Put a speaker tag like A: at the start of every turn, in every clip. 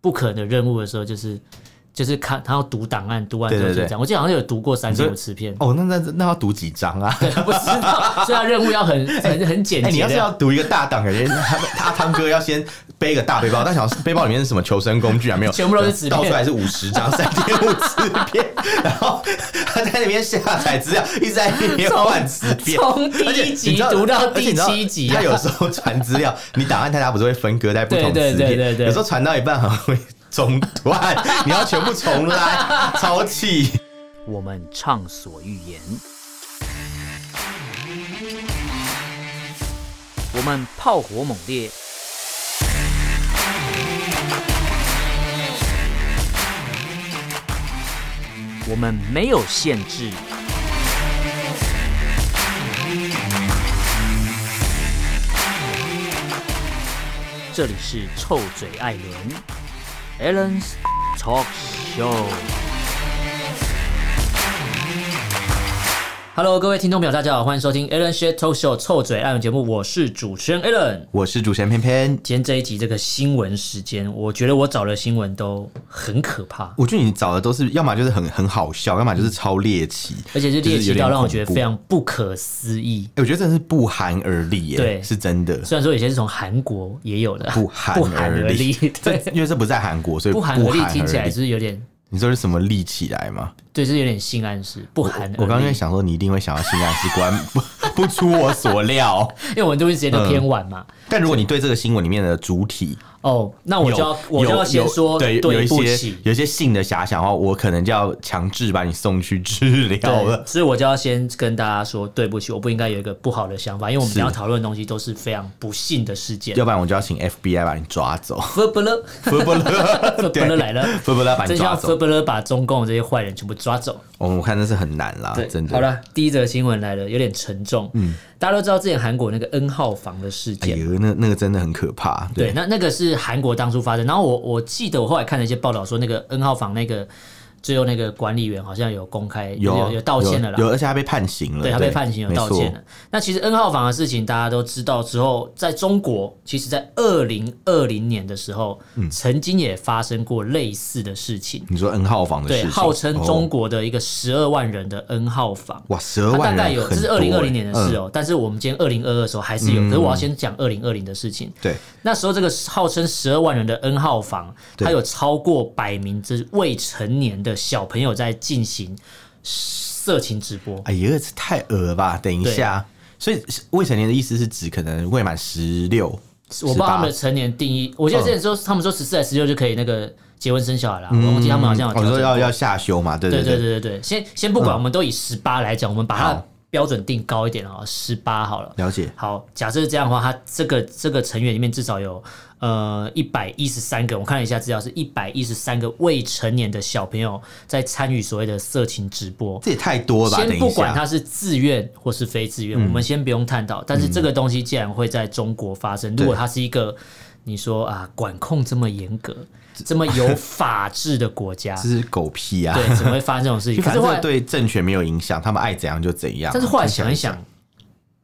A: 不可能的任务的时候，就是就是看他要读档案，读完之后
B: 对
A: 就
B: 对对
A: 这样。我记得好像有读过三
B: 你说
A: 六十篇，
B: 哦，那那那要读几章啊？
A: 不知道， 所以他任务要很很很简
B: 哎、
A: 洁。啊
B: 你要是要读一个大档，感觉他他汤哥要先背一个大背包，但想背包里面是什么求生工具啊？没有，
A: 全部都是纸片
B: 倒出来是五十张三点五纸片，然后他在那边下载资料，一直在那边换纸片。
A: 从第
B: 而且
A: 一
B: 你
A: 集
B: 知道
A: 读到
B: 而且
A: 第
B: 你知道
A: 七集、
B: 他
A: 啊，
B: 有时候传资料，你档案太大不是会分割在不同
A: 对
B: 纸
A: 对对对
B: 片，
A: 对
B: 有时候传到一半好像会中断，你要全部重来，超气。
A: 我们畅所欲言；我们炮火猛烈；我们没有限制。这里是臭嘴艾伦 a l l e n s Talk Show。Hello，各位听众朋友，大家好，欢迎收听 Alan s h a t Talk Show 臭嘴艾伦节目，我是主持人 Alan。
B: 我是主持人偏偏，
A: 今天这一集这个新闻时间，我觉得我找的新闻都很可怕，
B: 我觉得你找的都是要么就是很很好笑，要么
A: 嗯
B: 就是超猎奇，
A: 而且是猎奇
B: 就是有
A: 到
B: 点
A: 让我觉得
B: 恐怖
A: 非常不可思议。
B: 欸我觉得真的是不寒而栗耶，
A: 对
B: 是真的
A: 虽然说有些是从韩国也有的，
B: 不寒
A: 不寒而
B: 栗。
A: 栗，
B: 这
A: 对，
B: 因为这不在韩国，所以
A: 不
B: 寒
A: 寒而栗听起来
B: 栗
A: 就是有点，
B: 你说是什么立起来吗？
A: 对，是有点性暗示，不寒而栗。
B: 我刚刚在想说，你一定会想要性暗示，果然不 不出我 所料。
A: 因为我们录音时间
B: 嗯
A: 都偏晚嘛，
B: 但如果你对这个新闻里面的主体
A: 哦，那我
B: 有
A: 就要我就
B: 有
A: 要先
B: 有
A: 说
B: 对，有一
A: 不
B: 些
A: 起，
B: 有一些性的遐想的话，我可能就要强制把你送去治疗
A: 对，
B: 了。
A: 所以我就要先跟大家说对不起，我不应该有一个不好的想法，因为我们今天要讨论的东西都是非常不幸的事件。
B: 要不然我就要请 FBI 把你抓 走，
A: 佛伯 勒，
B: 不不
A: 佛
B: 勒，
A: 伯勒来了，
B: 不不勒把
A: 这
B: 你
A: 需要
B: 抓
A: 佛
B: 走。哦
A: 伯勒把中共这些坏人全部抓走。
B: 我我看那是很难啦，真的。
A: 好，了，第一则新闻来了，有点沉重。嗯，大家都知道之前韩国那个 N 号房的事
B: 哎
A: 件。
B: 呦，那那个真的很可怕。
A: 对，那那个是韩国当初发生，然后我我记得我后来看了一些报道说，那个 N 号房那个最后那个管理员好像有公开有有道歉了啦，
B: 啊有，而且他被判刑了，
A: 对他被判刑有道歉
B: 嗯没错
A: 了。那其实 N 号房的事情大家都知道之后，在中国，其实在二零二零年的时候，曾经也发生过类似的事情。
B: 你说 N 号房嗯的
A: 对，
B: 事情，
A: 号称中
B: 哦
A: 国的一个十二万人的 N 号房。
B: 哇十二
A: 它
B: 万
A: 啊大
B: 人
A: 概有，这
B: 很
A: 是
B: 多
A: 二零二零
B: 欸
A: 年的事
B: 嗯
A: 哦、但是我们今天二零二二的时候还是有，可是我要先讲二零二零的事情。
B: 对，
A: 那时候这个号称十二万人的 N 号房，
B: 对
A: 它有超过百名这未成年的小朋友在进行色情直播。
B: 哎呀，这太恶了吧！等一下，所以未成年的意思是指可能未满十六，
A: 我不知道他们的
B: 18
A: 成年定义，我记得之前说、他们说十四还十六就可以那个结婚生小孩啦，我忘记他们好像有
B: 嗯
A: 调
B: 我
A: 整过
B: 说要要下修嘛，对
A: 对对
B: 对，
A: 对对对，先先不管，我们都以十八来讲，我们把它
B: 好
A: 标准定高一点啊，十八好了。
B: 了解。
A: 好，假设是这样的话，它这个这个成员里面至少有呃一百一十三个，我看了一下资料，是一百一十三个未成年的小朋友在参与所谓的色情直播。
B: 这也太多了吧！等
A: 先
B: 一
A: 不管
B: 下，嗯
A: 他是自愿或是非自愿，我们先不用探讨。但是这个东西既然会在中国发生，如果它是一个你说啊管控这么严格、这么 有法治的国家，
B: 这是狗屁啊！
A: 对，怎么会发生这种事情？可
B: 反
A: 是
B: 正
A: 后
B: 这个
A: 来，
B: 对政权没有影响，他们爱怎样就怎样。
A: 但是后来
B: 听起来嗯
A: 想一想，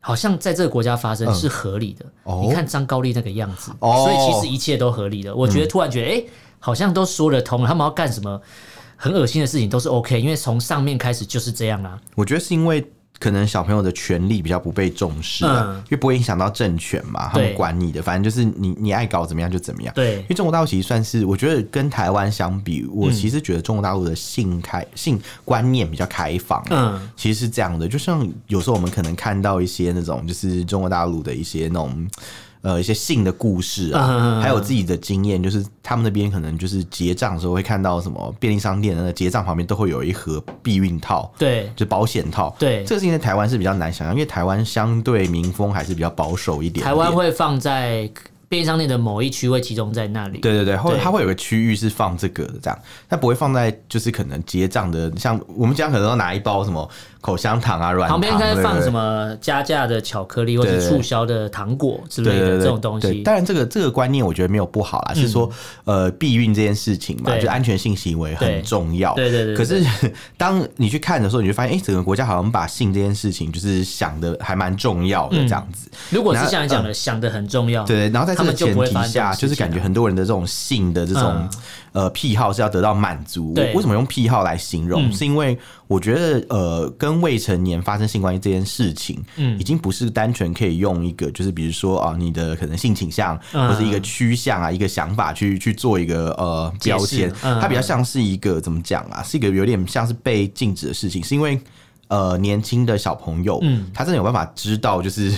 A: 好像在这个国家发生是合理的。
B: 哦
A: 你看张高丽那个样子，
B: 哦嗯
A: 所以其实一切都合理的。我觉得突然觉得，哎、好像都说得通了。他们要干什么很恶心的事情都是 OK，因为从上面开始就是这样啊。
B: 我觉得是因为可能小朋友的权利比较不被重视、啊，
A: 嗯
B: 因为不会影响到政权嘛，他
A: 对
B: 们管你的，反正就是你你爱搞怎么样就怎么样。
A: 对
B: 因为中国大陆其实算是，我觉得跟台湾相比，我其实觉得中国大陆的性开、性观念比较开放、啊
A: 嗯，
B: 其实是这样的，就像有时候我们可能看到一些那种，就是中国大陆的一些那种。呃，一些性的故事啊，
A: 嗯嗯嗯嗯
B: 还有自己的经验，就是他们那边可能就是结账的时候会看到什么便利商店的那个结账旁边都会有一盒避孕套，
A: 对
B: 就保险套。
A: 对
B: 这个事情在台湾是比较难想象，因为台湾相对民风还是比较保守一点点。
A: 台湾会放在便利商店的某一区，会集中在那里。
B: 对对对，后
A: 对
B: 它会有个区域是放这个的，这样，它不会放在就是可能结账的，像我们这样可能要拿一包什么口香糖啊、软
A: 旁
B: 糖，
A: 边应该放什
B: 么？
A: 么加价的巧克力或者
B: 对
A: 促销的糖果之类
B: 对对
A: 的
B: 对，
A: 这种东
B: 对
A: 西。嗯
B: 当然，这个这个观念我觉得没有不好啦，是说呃避孕这件事情嘛，
A: 对
B: 就安全性行为
A: 对
B: 很重要。
A: 对对对对
B: 可是 当你去看的时候，你就发现，哎、整个国家好像把性这件事情就是想的还蛮重要
A: 嗯
B: 的这样子。
A: 如果是
B: 那嗯
A: 像你讲的，想的很重要。
B: 对，然后在
A: 他
B: 这个
A: 们就
B: 前
A: 不会
B: 提
A: 发生这种
B: 下，
A: 事
B: 就是
A: 情
B: 感觉
A: 啊
B: 很多人的这种性的这种、
A: 嗯
B: 呃癖好是要得到满足。
A: 对
B: 为什么用癖好来形容？
A: 嗯
B: 是因为我觉得呃，跟未成年发生性关系这件事情，
A: 嗯
B: 已经不是单纯可以用一个就是比如说啊、你的可能性倾向、
A: 嗯
B: 或是一个趋向啊一个想法去去做一个呃
A: 解释
B: 标签，
A: 嗯
B: 它比较像是一个怎么讲啊，是一个有点像是被禁止的事情，是因为。呃，年轻的小朋友，
A: 嗯
B: 他真的有办法知道，就是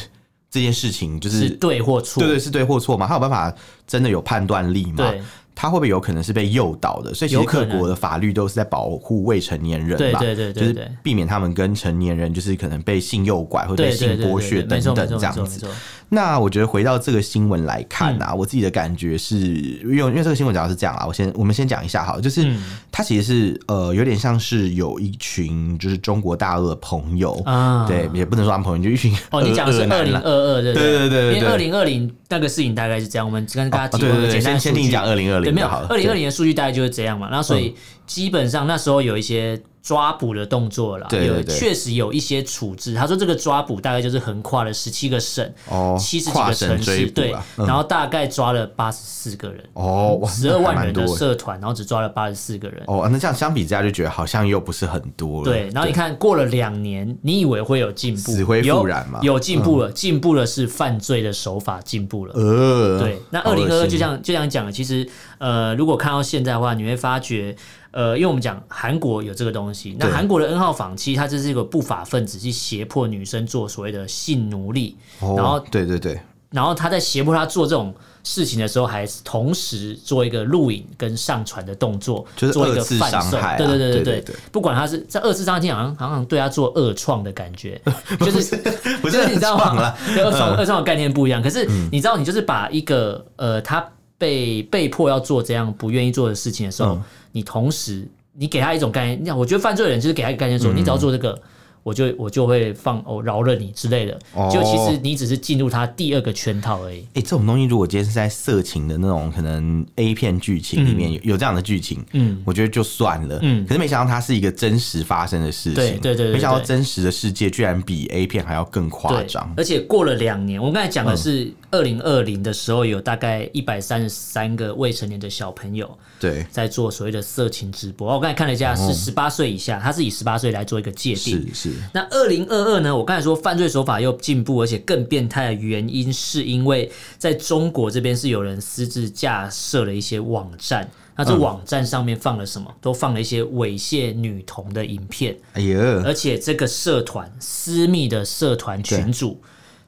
B: 这件事情，就是
A: 是对或错。
B: 对对，是对或错嘛？他有办法真的有判断力嘛
A: 对？
B: 他会不会有可能是被诱导的？所以其
A: 有
B: 实
A: 可
B: 各
A: 能
B: 国的法律都是在保护未成年人
A: 对
B: 嘛，
A: 对对对
B: 就
A: 对
B: 是避免他们跟成年人就是可能被性诱拐或者
A: 对
B: 被
A: 对
B: 性
A: 对对
B: 剥
A: 对
B: 削
A: 没
B: 等
A: 错没
B: 等
A: 错
B: 这
A: 没错
B: 样
A: 没
B: 子。
A: 错。
B: 那我觉得回到这个新闻来看啊，我自己的感觉是，因为因为这个新闻主要是这样啊，我先我们先讲一下好了，就是
A: 嗯
B: 它其实是呃有点像是有一群就是中国大陆的朋友，
A: 啊
B: 对，也不能说他们朋友，就一群
A: 哦，你讲的是
B: 恶恶
A: 二
B: 男
A: 零
B: 啦
A: 二二，对
B: 对对对对
A: 因为
B: 对
A: 二零二零那个事情大概是这样，我们跟大家提
B: 哦对
A: 供一
B: 对
A: 个
B: 对，
A: 简单
B: 先
A: 的
B: 先
A: 数
B: 听你
A: 据
B: 讲二零二
A: 对，
B: 零
A: 没有，
B: 好了，
A: 二零
B: 对嗯
A: 二零的数据大概就是这样嘛。然后所以基本上那时候有一些抓捕的动作啦，
B: 对对
A: 有
B: 对
A: 确实有一些处置。他说这个抓捕大概就是横跨了十七个省、
B: 哦，
A: 七十几
B: 跨
A: 个
B: 省
A: 城
B: 追
A: 市，
B: 捕
A: 对
B: 啊，，
A: 然后大概抓了八十四个人，
B: 哦，哇
A: 十二
B: 那还
A: 万
B: 蛮
A: 人
B: 多
A: 的
B: 的
A: 社团，然后只抓了八十四个人。
B: 哦，那这样相比之下就觉得好像又不是很多了，
A: 对，然后你看过了两年，你以为会有进步，
B: 死灰
A: 有
B: 复燃嘛嗯
A: 有进步了，进步了是犯罪的手法进步了，
B: 呃，
A: 对，那
B: 好
A: 二零
B: 恶
A: 二二
B: 心
A: 就像就像你讲的，其实呃，如果看到现在的话，你会发觉，呃，因为我们讲韩国有这个东西，那
B: 对
A: 韩国的 N 号坊其实它这是一个不法分子去胁迫女生做所谓的性奴隶，
B: 哦
A: 然后
B: 对对对，
A: 然后他在胁迫她做这种事情的时候，还同时做一个录影跟上传的动作，
B: 就是
A: 做一个
B: 二次
A: 贩
B: 伤
A: 售。
B: 害啊
A: 对对对
B: 对
A: 对
B: 对对
A: 不管他是在二次伤害，好像好像对他做恶创的感 觉，就是
B: 不
A: 就是是你知道
B: 很爽
A: 吗
B: 啦？嗯
A: 对，二创二创的概念不一样，可是你知道，你就是把一个呃，他被被迫要做这样不愿意做的事情的时候
B: 嗯，
A: 你同时你给他一种概念，你看我觉得犯罪的人就是给他一个概念说，
B: 嗯
A: 你只要做这个。我就我就会放哦饶了你之类的，
B: 哦
A: 就其实你只是进入他第二个圈套而已。
B: 哎、这种东西如果今天是在色情的那种可能 A 片剧情里面有、有这样的剧情，
A: 嗯，
B: 我觉得就算了，
A: 嗯
B: 可是没想到它是一个真实发生的事情，
A: 对对对对
B: 没想到
A: 对
B: 真实的世界居然比 A 片还要更夸
A: 对
B: 张，，
A: 而且过了两年，我刚才讲的是二零二零的时候，有大概一百三十三个未成年的小朋友
B: 对，
A: 在做所谓的色情直播。我刚才看了一下，是十八岁以下，他是以十八岁来做一个界定。
B: 是是，
A: 那二零二二呢？我刚才说犯罪手法又进步，而且更变态的原因，是因为在中国这边是有人私自架设了一些网站，那
B: 嗯
A: 这网站上面放了什么？都放了一些猥亵女童的影片，
B: 哎呀，
A: 而且这个社团私密的社团群组，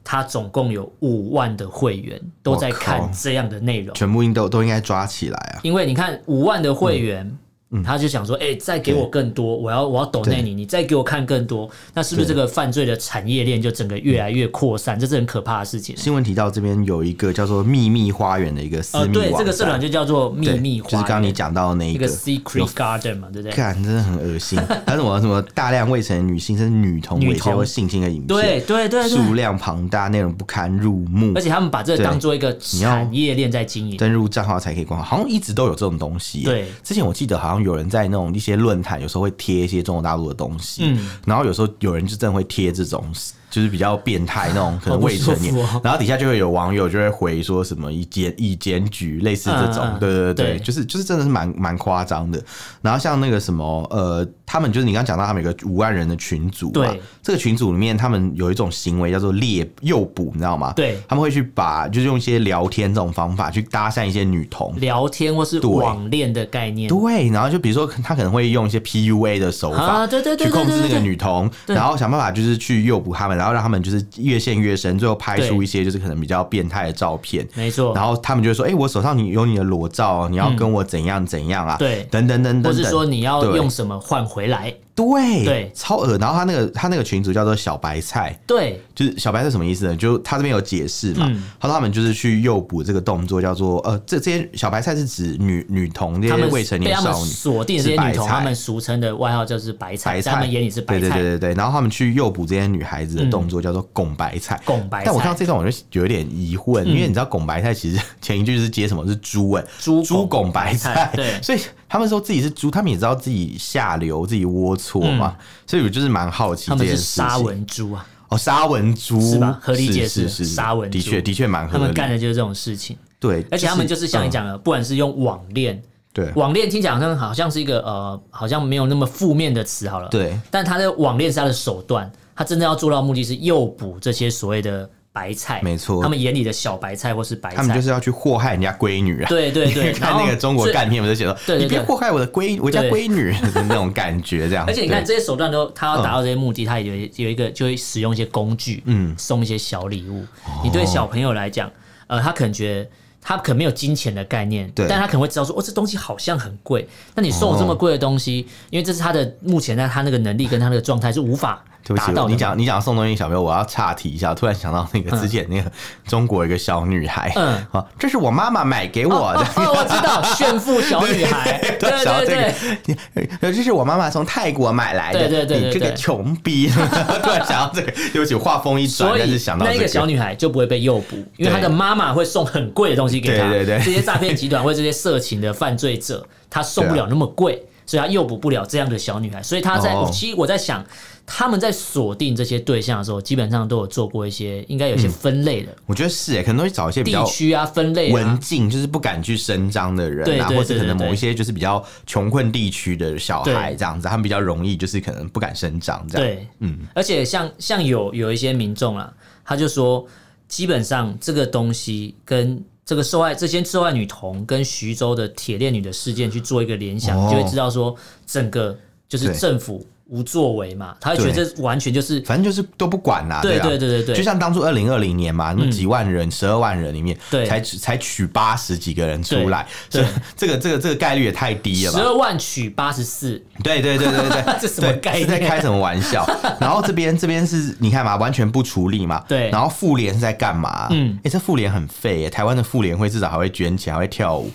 A: 它总共有五万的会员都在
B: 我
A: 看
B: 靠
A: 这样的内容。
B: 全部应都都应该抓起来啊！
A: 因为你看五万的会员，他就想说，哎、再给我更多，我要我要抖内
B: 嗯对
A: 你，你再给我看更多，那是不是这个犯罪的产业链就整个越来越扩散？这是很可怕的事情。
B: 新闻提到这边有一个叫做“秘密花园”的一个私
A: 呃，
B: 密
A: 对，这个
B: 网
A: 社团
B: 站
A: 就叫做秘
B: 对
A: 密
B: 就是
A: 花
B: 刚刚你
A: 园，
B: 讲到的那
A: 一
B: 一
A: 个
B: 个，
A: secret garden 嘛，对不对？
B: 看真的很恶心。 但是我要什么大量未成年女性甚至女童猥
A: 女童
B: 亵或性侵的影片，
A: 对对对
B: 数
A: 对，
B: 量庞大，内容不堪入目
A: 而，且他们把这个
B: 对
A: 当做一个
B: 你要
A: 产业链在经营。
B: 登入账号才可以观看，好像一直都有这种东西耶。
A: 对
B: 之前我记得好像有人在那种一些论坛，有时候会贴一些中国大陆的东西，
A: 嗯
B: 然后有时候有人就真的会贴这种。就是比较变态那种，可能未成年
A: 好不舒服哦，
B: 然后底下就会有网友就会回说什么以检以检举类似这
A: 嗯嗯
B: 种，对对对
A: 对
B: 对，就是就是真的是蛮蛮夸张的。然后像那个什么呃，他们就是你刚刚讲到他们有个五万人的群组嘛
A: 对，
B: 这个群组里面他们有一种行为叫做猎诱捕，你知道吗？
A: 对
B: 他们会去把就是用一些聊天这种方法去搭讪一些女童。
A: 聊天或是
B: 对
A: 网恋的概念，
B: 对，然后就比如说，他可能会用一些 PUA 的手法，
A: 啊对对对
B: 去控制
A: 对对
B: 那个
A: 对
B: 女童，然后想办法就是去诱捕他们，然后让他们就是越陷越深，最后拍出
A: 对
B: 一些就是可能比较变态的照片，
A: 没错
B: 然。后他们就会说：“哎、我手上你有你的裸照哦，你要跟我怎样怎样啊？”
A: 对
B: 等等等等
A: 或
B: 等，
A: 是说你要
B: 对
A: 用什么换回来？
B: 对
A: 对
B: 超恶。然后他那个他那个群组叫做小白菜，
A: 对，
B: 就是小白是什么意思呢？就他这边有解释嘛，
A: 嗯
B: 他说他们就是去诱捕这个动作叫做呃，这这些小白菜是指女女童这
A: 他
B: 些
A: 们
B: 未成
A: 被
B: 年
A: 他们
B: 少女。
A: 锁定的这些女
B: 白
A: 童，
B: 菜
A: 他们俗称的外号就是白菜，
B: 白
A: 在他
B: 菜
A: 们眼里是白
B: 对对
A: 菜，
B: 对对对，然后他们去诱捕这些女孩子的动作叫做“拱白菜”，
A: 拱白菜嗯
B: 但我看到这段我就有点疑惑，因为你知道“拱白菜”其实前一句是接什么是猪哎、
A: 猪
B: 猪拱白菜
A: 菜，，对，
B: 所以他们说自己是猪，他们也知道自己下流、自己龌龊嘛，所以我就是蛮好奇
A: 嗯他
B: 这
A: 们
B: 件
A: 是
B: 事情。
A: 沙文猪啊，
B: 哦，沙文猪
A: 是吧合理解释
B: 是是是
A: 沙文猪
B: 的确的确蛮
A: 他
B: 合
A: 们
B: 理。
A: 干的就是这种事情，
B: 对，
A: 而且他们就是像你
B: 嗯
A: 讲的，不管是用网恋。
B: 对
A: 网恋听起来好像好像是一个呃，好像没有那么负面的词好了。
B: 对，
A: 但他的网恋是他的手段，他真正要做到的目的是诱捕这些所谓的白菜，
B: 没错
A: 他们眼里的小白菜或是白菜。
B: 他们就是要去祸害人家闺女啊。
A: 对对对，
B: 看
A: 然后
B: 那个中国
A: 这
B: 干片，我就写到
A: 对对
B: 你别
A: 对
B: 祸害我的闺，我家
A: 对
B: 闺女 的那种感觉，这样。
A: 而且你看
B: 啊对，嗯
A: 这些手段都，他要达到这些目的，他也有有一个就会使用一些工具，嗯，送一些小礼物。
B: 哦
A: 你对小朋友来讲，呃，他可能觉得。他可能没有金钱的概念，
B: 对
A: 但他可能会知道说，哦，这东西好像很贵。那你送我这么贵的东西，
B: 嗯
A: 因为这是他的目前在他那个能力跟他那个状态是无法
B: 对不
A: 达到
B: 起，
A: 的。
B: 你讲你讲送东西小朋友，我要岔题一下，突然想到那个之前那个中国有一个小女孩，
A: 嗯
B: 啊，这是我妈妈买给我 的，
A: 哦，我知道，炫富小女 孩，对
B: 想到
A: 对
B: 这
A: 对
B: 个， 呃这是我妈妈从泰国买来的，
A: 对对对对
B: 你这个
A: 对
B: 穷逼， 突然想到这个，对不起，话锋一转，
A: 所
B: 但
A: 以
B: 是想到
A: 那
B: 这
A: 个小女孩就不会被诱捕，因为她的妈妈会送很贵的东西给她。
B: 对对对
A: 这些诈骗集团或这些色情的犯罪者，她送不了那么贵，所以她诱捕不了这样的小女孩。所以她在，
B: 哦
A: 我其实我在想，他们在锁定这些对象的时候，基本上都有做过一些，应该有一些分类的、
B: 我觉得是哎，可能都会找一些比
A: 地
B: 较
A: 区啊，分类
B: 文
A: 啊。
B: 静，就是不敢去声张的人
A: 对
B: 啊，
A: 对
B: 或是可
A: 对
B: 能
A: 对
B: 某
A: 对
B: 一些就是比较穷困地区的小孩
A: 对
B: 这样子，他们比较容易就是可能不敢声张这样。
A: 对，嗯，而且像像有有一些民众啊，他就说，基本上这个东西跟这个受害这些受害女童跟徐州的铁链女的事件去做一个联想，
B: 哦
A: 你就会知道说整个就是
B: 对
A: 政府无作为嘛，他会觉得这完全就是
B: 反正就是都不管啦、
A: 对
B: 啊，
A: 对对对对嗯
B: 就像当初二零二零年嘛，那么几万人、十二、万人里面，
A: 对
B: 才才取八十几个人出来，
A: 对
B: 这这个这个这个概率也太低了
A: 十
B: 吧？
A: 二万取八十四，
B: 对对对对对对，
A: 这什么
B: 对
A: 概念
B: 是在开什么 玩笑？然后这边这边是你看嘛，完全不处理嘛。
A: 对
B: 然后妇联是在干嘛？嗯，哎、这妇联很废耶，台湾的妇联会至少还会捐钱，还会跳舞，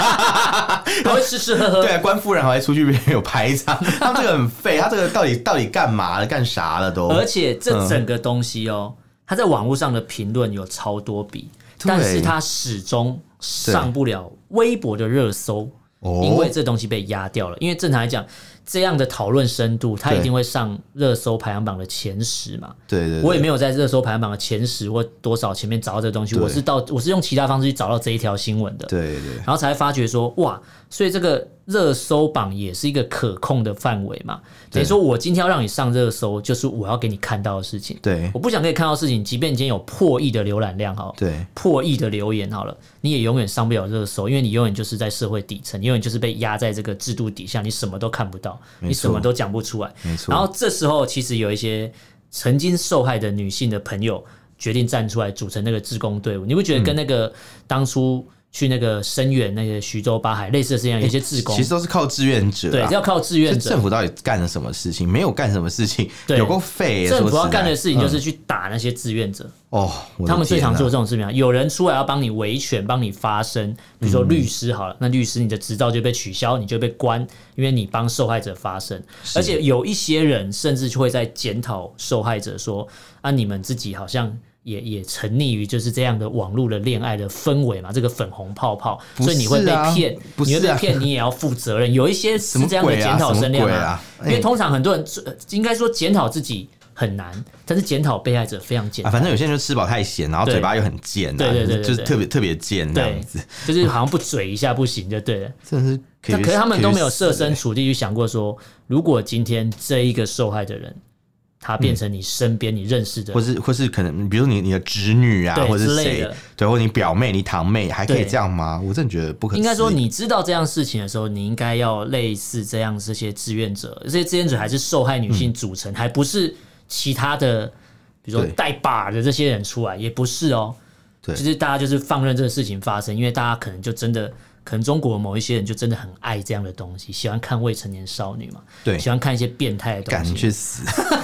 A: 还会吃吃喝喝。
B: 对，啊官夫人还会出去边有 排场，他们这个很废，他这个到底到底干嘛了？干啥了都？
A: 而且这整个东西哦，他在网络上的评论有超多笔，
B: 对
A: 但是他始终上不了微博的热搜，
B: 哦
A: 因为这东西被压掉了。因为正常来讲，这样的讨论深度，它
B: 对
A: 一定会上热搜排行榜的前十嘛。
B: 对对对，
A: 我也没有在热搜排行榜的前十或多少前面找到这个东西，
B: 对
A: 我是到我是用其他方式去找到这一条新闻的。
B: 对对对
A: 然后才发觉说，哇，所以这个热搜榜也是一个可控的范围嘛。等于说我今天要让你上热搜，就是我要给你看到的事情。
B: 对
A: 我不想给你看到的事情，即便你今天有破亿的浏览量哈，
B: 对
A: 破亿的留言好了，你也永远上不了热搜，因为你永远就是在社会底层，你永远就是被压在这个制度底下，你什么都看不到，你什么都讲不出来。
B: 没错
A: 然后这时候，其实有一些曾经受害的女性的朋友决定站出来，组成那个志工队伍。你不觉得跟那
B: 嗯
A: 个当初去那个声援那个徐州八海类似的事情一样？有些志工
B: 其实都是靠志愿者、啊。
A: 对要靠志
B: 这
A: 愿者
B: 政，府到底干了什么事情？没有干什么事情，
A: 对
B: 有够废耶。
A: 政府
B: 说啊嗯
A: 要
B: 实在
A: 干的事情就是去打那些志愿者。
B: 哦，我的
A: 他们最
B: 天
A: 常
B: 啊
A: 做这种事情啊，有人出来要帮你维权，帮你发声，比
B: 嗯
A: 如说律师好了，那律师你的执照就被取消，你就被关，因为你帮受害者发声。而且有一些人甚至就会在检讨受害者说啊，你们自己好像。也也沉溺于就是这样的网络的恋爱的氛围嘛，这个粉红泡泡，
B: 不
A: 所以你会被
B: 是啊
A: 骗，
B: 不
A: 你会
B: 是啊
A: 被骗，你也要负责任。有一些是
B: 么
A: 这样的
B: 鬼啊
A: 检讨
B: 什么
A: 声量
B: 鬼啊
A: 因为通常很多人呃应该说检讨自己很难，但是检讨被害者非常简
B: 啊，
A: 单。
B: 反正有些人就吃饱太闲，然后
A: 对
B: 嘴巴又很贱、啊，
A: 对对对对
B: 就是
A: 对
B: 特别特别贱这样
A: 对
B: 子，，
A: 就是好像不嘴一下不行就对 了。
B: 真的是可以
A: 那
B: 去。
A: 可是他们
B: 以
A: 都
B: 去
A: 没有设
B: 死
A: 身
B: 耶
A: 处地去想过说，如果今天这一个受害的人，他变成你身边你认识的
B: 或，是或是可能，比如你你的侄女啊，
A: 对
B: 或者
A: 之
B: 是
A: 类
B: 谁
A: 的，
B: 对，或者你表妹、你堂妹，还可以
A: 对
B: 这样吗？我真的觉得不可思
A: 应
B: 议。
A: 该说你知道这样事情的时候，你应该要类似这样这些志愿者，这些志愿者还是受害女性组成，还不是其他的，比如说
B: 对
A: 带把的这些人出来，也不是哦。
B: 对
A: 就是大家就是放任这个事情发生，因为大家可能就真的可能中国某一些人就真的很爱这样的东西，喜欢看未成年少女嘛，
B: 对
A: 喜欢看一些变态的东
B: 敢
A: 西。
B: 去死！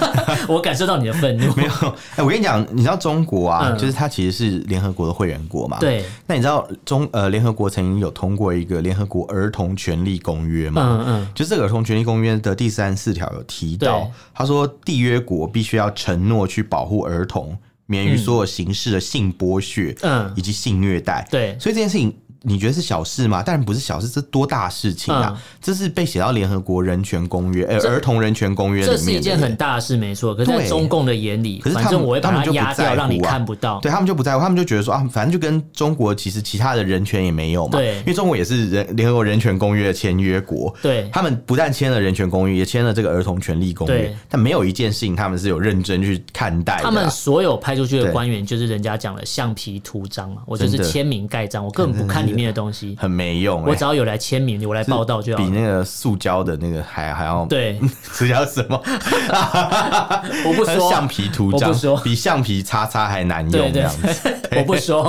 A: 我感受到你的愤怒，
B: 没有，哎、我跟你讲，你知道中国啊，
A: 嗯
B: 就是它其实是联合国的会员国嘛。。
A: 对，
B: 那你知道中呃联合国曾经有通过一个联合国儿童权利公约吗？
A: 嗯嗯，
B: 就这个《儿童权利公约》的第三四条有提到
A: 对，
B: 他说缔约国必须要承诺去保护儿童免于所有形式的性剥削，
A: 嗯
B: 以及性虐待。
A: 对
B: 所以这件事情。你觉得是小事吗？当然不是小事，这多大事情啊！
A: 嗯
B: 这是被写到联合国人权公约、呃
A: 这
B: 儿童人权公约里面
A: 这
B: 的。
A: 是一件很大的事，没错。可是，在
B: 对
A: 中共的眼里，
B: 可是他们
A: 反正我会把
B: 他
A: 它
B: 们就不
A: 压
B: 在
A: 掉，
B: 乎
A: 让你
B: 啊
A: 看不到。
B: 对他们就不在乎，他们就觉得说啊，反正就跟中国其实其他的人权也没有嘛，
A: 对
B: 因为中国也是人联合国人权公约的签约国，
A: 对
B: 他们不但签了人权公约，也签了这个儿童权利公约
A: 对，
B: 但没有一件事情他们是有认真去看待的啊、
A: 他们所有派出去的
B: 对
A: 官员，就是人家讲的橡皮图章嘛，我就
B: 真
A: 是
B: 的
A: 签名盖章，我根本不看里面的东西，
B: 很没用、欸，
A: 我只要有来签名，我来报道就好
B: 比
A: 了。
B: 那个塑胶的那个还还要，
A: 对，
B: 塑胶什么？
A: 我 不说
B: 橡皮图章
A: 我不说
B: 比橡皮擦擦还难
A: 对
B: 用，这
A: 对
B: 样子。，
A: 我不 说。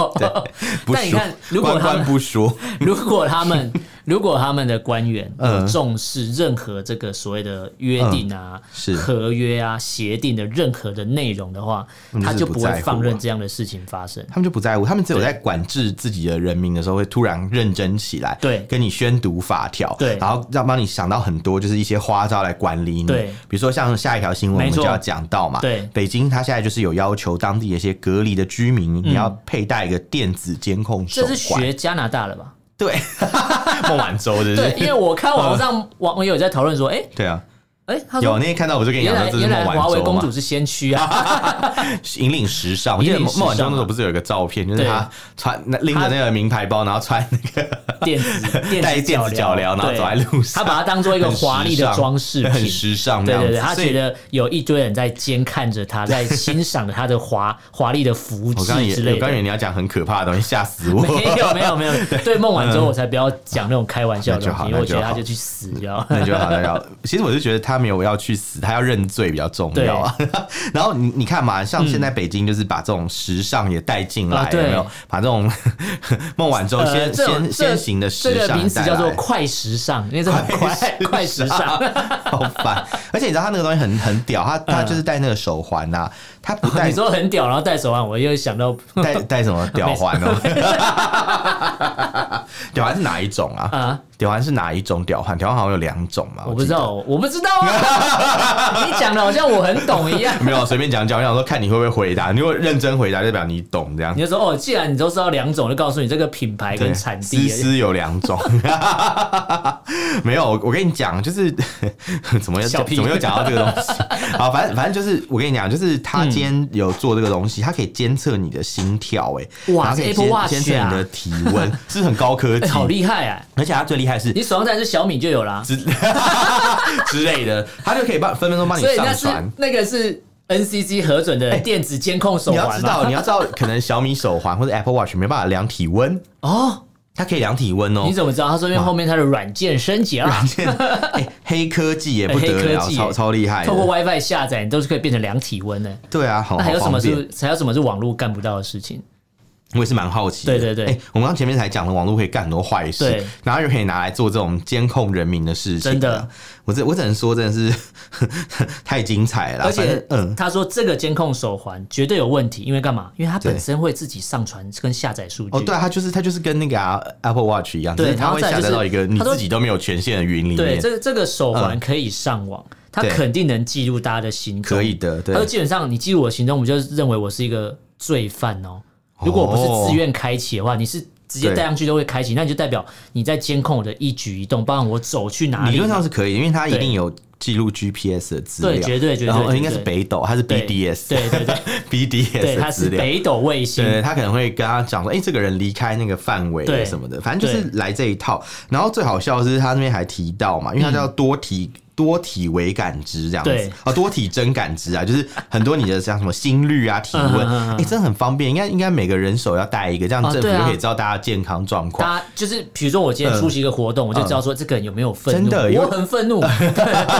B: 不
A: 但你
B: 说
A: 看，如果
B: 关
A: 他
B: 关
A: 们
B: 不说，
A: 如果他 们如果他们的官员
B: 嗯
A: 有重视任何这个所谓的约定啊、
B: 嗯是
A: 合约啊、协定的任何的内容的话，
B: 们
A: 他
B: 就是
A: 就
B: 不
A: 不会
B: 在乎
A: 放
B: 啊
A: 任这样的事情发生。
B: 他们就不在乎，他们只有
A: 对
B: 在管制自己的人民的时候，会突然认真起来，
A: 对
B: 跟你宣读法条，
A: 对
B: 然后让帮你想到很多就是一些花招来管理你，
A: 对
B: 比如说像下一条新闻我
A: 没
B: 们
A: 错
B: 就要讲到嘛，
A: 对
B: 北京它现在就是有要求当地的一些隔离的居民，你要佩戴一个电子监控手
A: 这是
B: 环，
A: 学加拿大了吧？
B: 对，孟晚舟对不
A: 对，因为
B: 对？
A: 我看网上网友在讨论说，哎
B: 对啊，
A: 哎，他
B: 有啊
A: 说
B: 那天看到我就跟你
A: 原
B: 讲
A: 来
B: 说这
A: 原
B: 是孟
A: 来华
B: 晚
A: 为
B: 舟
A: 公主
B: 嘛，
A: 是先驱啊，
B: 引领时尚。我记得
A: 引领
B: 孟
A: 时
B: 孟晚舟那
A: 尚
B: 时候
A: 嘛
B: 不是有一个照片，就是
A: 对
B: 她穿那拎着那个名牌包，然后穿那个
A: 电子
B: 戴
A: 电
B: 电子脚
A: 脚
B: 镣，然后
A: 对
B: 走在路
A: 他。
B: 上
A: 把它当做一个
B: 很时
A: 华丽的
B: 尚
A: 装饰
B: 很
A: 品。
B: 时尚这
A: 对
B: 样
A: 对
B: 子。
A: 对，他
B: 所以
A: 觉得有一堆人在监看着 他，在欣赏着他的华华丽的服
B: 我
A: 饰
B: 刚刚也
A: 之类
B: 我刚以为
A: 的。
B: 你要讲很可怕的东西，吓死我。
A: 没有没有没有，对孟晚舟我才不要讲那种开玩笑的
B: 那就
A: 东
B: 好
A: 西，
B: 嗯
A: 因为我觉得他
B: 那就好
A: 就去死就好。
B: 那就好，那就好。其实我就觉得他没有要去死，他要认罪比较重要啊。 然后你你看嘛，像现在北京就是把这种时尚也带进
A: 嗯啊
B: 来，
A: 对
B: 有没有？把这种 孟晚舟
A: 呃
B: 先
A: 这种
B: 先
A: 这
B: 先行的时
A: 这个
B: 尚
A: 名词
B: 带
A: 叫做
B: 来
A: 快时尚，因为这很快 快时尚，
B: 好烦。而且你知道他那个东西很很屌，他他就是戴那个手环呐，他不
A: 嗯
B: 戴
A: 你说很屌，然后戴手环，我又想到
B: 戴戴 什么吊环哦？ 吊环是哪一种啊？
A: 啊，
B: 吊环是哪一种吊环？吊环好像有两种嘛，
A: 我不知
B: 记得。
A: 道，我不知道 啊，你讲的好像我很懂一样。
B: 没有随便讲讲，我想说看你会不会回答。你如果认真回答，代表你懂这样
A: 你。就说哦，既然你都知道两种，就告诉你这个品牌跟
B: 对，
A: 产
B: 思
A: 地。
B: 思有两种， 没有。我我跟你讲，就是 怎么又
A: 小屁
B: 怎么又讲到这 个东西？好，反正反正就是我跟你讲，就是他
A: 嗯
B: 今天有做这个东西，它可以监测你的心跳、哎，
A: 哇
B: 然后可以
A: 这 Apple
B: 监
A: Watch
B: 监测
A: 啊
B: 你的体温，是不是很高科
A: 哎、
B: 技，
A: 好厉害啊！
B: 而且它最厉害是
A: 你手上戴的是小米就有啦，
B: 之之类的，它就可以帮分分钟帮你
A: 所以那
B: 上
A: 是
B: 传。哎
A: 那个是 NCC 核准的电子监控手
B: 你要
A: 环啊
B: 知
A: 嘛？
B: 道， 你要知道，可能小米手环或者 Apple Watch 没办法量体温，
A: 哦，
B: 它可以量体温哦
A: 你。怎么知道？他说因为后面它的软
B: 哦
A: 件啊升级了，
B: 哎黑科技也不
A: 哎
B: 得
A: 黑科
B: 了，
A: 技
B: 超超厉害
A: 透过
B: 的。
A: WiFi 下载，你都是可以变成量体温的。
B: 对啊，好
A: 那还有什
B: 好
A: 么
B: 方便。
A: 是还有什么是网络干不到的事情？
B: 我也是蛮好奇的。
A: 对对对
B: 哎，我们刚前面才讲了，网络可以干很多坏事
A: 对，
B: 然后又可以拿来做这种监控人民的事情。啊
A: 真的，
B: 我只我只能说，真的是 太精彩了啦。
A: 而
B: 反
A: 且
B: 正，嗯，
A: 他说这个监控手环绝对有问题，因为干嘛？因为它本身会自己上传跟下载数据。
B: 哦，对啊，它就是它就是跟那个啊 Apple Watch 一样，
A: 对
B: 只是它
A: 然后
B: 会
A: 再
B: 下
A: 就
B: 载
A: 是
B: 到一个你
A: 它都
B: 自己都没有权限的云里面。
A: 对，这这个手环可以上网，它
B: 嗯对
A: 肯定能记录大家的行踪。
B: 可以的，对
A: 他。说基本上你记录我的行踪，我们就认为我是一个罪犯哦。如果我不是自愿开启的话，你是直接
B: 对
A: 带上去都会开启，那你就代表你在监控我的一举一动，包含我走去哪
B: 理
A: 里
B: 论。上是可以，因为它一
A: 对
B: 定有记录 GPS 的资料，
A: 对绝对绝对
B: 然后
A: 绝对
B: 应该是北斗，它是
A: 对
B: BDS，
A: 对对对对，
B: ，BDS
A: 它
B: 的
A: 是
B: 资料。
A: 北斗卫星。
B: 对，他可能会跟他讲说，哎、这个人离开那个范围
A: 对
B: 什么的，反正就是来这一套。然后最好笑的是，他那边还提到嘛，因为他叫多题多体为感知这样
A: 嗯对
B: 子啊，多体真感知啊，就是很多你的像什么心率啊、体温，
A: 嗯嗯嗯嗯
B: 哎、真的很方便。应该应该每个人手要带一个，这样
A: 啊
B: 政府
A: 对啊
B: 就可以知道大家健康状况。
A: 大家就是，比如说我今天出席一个活动，我就知道说这个人有没有愤怒，
B: 真的有
A: 我很愤怒，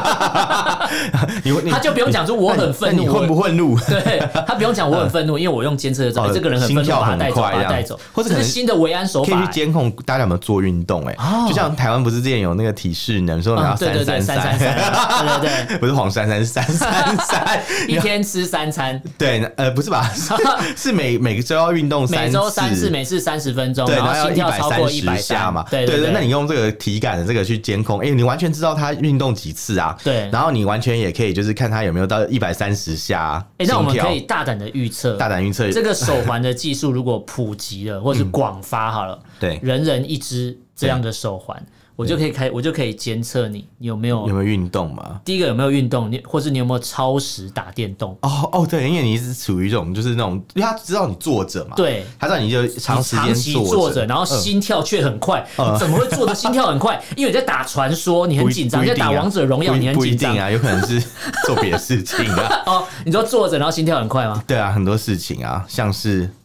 B: 你你
A: 他就不用讲出我很愤怒，
B: 那你混不
A: 我
B: 混入？
A: 对他不用讲我很愤怒，因为我用监测的知道
B: 哦
A: 这个人很愤
B: 心
A: 怒，
B: 跳
A: 把他带走，
B: 很
A: 把
B: 快
A: 他
B: 这样
A: 带走，
B: 或者
A: 这
B: 可
A: 是
B: 能
A: 新的维安手
B: 可以
A: 法
B: 去。监控大家有没有做运动、欸？哎、
A: 哦
B: 就像台湾不是之前有那个体适能说你
A: 嗯
B: 要
A: 对对对，
B: 三
A: 三三三，对对对，
B: 不是黄珊珊，是三三 三。
A: 一天吃三餐，
B: 对，呃，不是吧？ 是是每每周要运动三
A: 每周三次，
B: 次，
A: 每次三十分钟，
B: 对，然后
A: 后
B: 要
A: 心
B: 一
A: 跳
B: 百
A: 超过
B: 三
A: 一百
B: 十下嘛。
A: 对
B: 对
A: 对，
B: 那你用这个体感的这个去监控，哎，你完全知道他运动几次啊？
A: 对
B: 然后你完全也可以就是看他有没有到一百三十下啊
A: 哎，
B: 心
A: 那我们
B: 跳
A: 可以大胆的预测，
B: 大胆预测
A: 这个手环的技术如果普及了，或
B: 嗯
A: 是广发好了，
B: 对
A: 人人一只这样的手环，我就可以开，我就可以监测你有没有
B: 有没有运动嘛？
A: 第一个有没有运动，你或是你有没有超时打电动，
B: 哦哦，对，因为你是处于一种就是那种，因为他知道你坐着嘛，
A: 对
B: 他知道你就长
A: 你
B: 时
A: 长
B: 间
A: 期坐
B: 着嗯
A: 着，，然后心跳却很快，你怎么会坐的心跳很快？因为你在打传说，你很
B: 不一
A: 紧张；
B: 不
A: 你
B: 一
A: 在
B: 定啊
A: 打王者荣耀，
B: 不一
A: 你很
B: 不一
A: 紧张
B: 定。啊，有可能是做别的事情 啊。
A: 哦，你说坐着然后心跳很快吗？
B: 对啊，很多事情啊，像是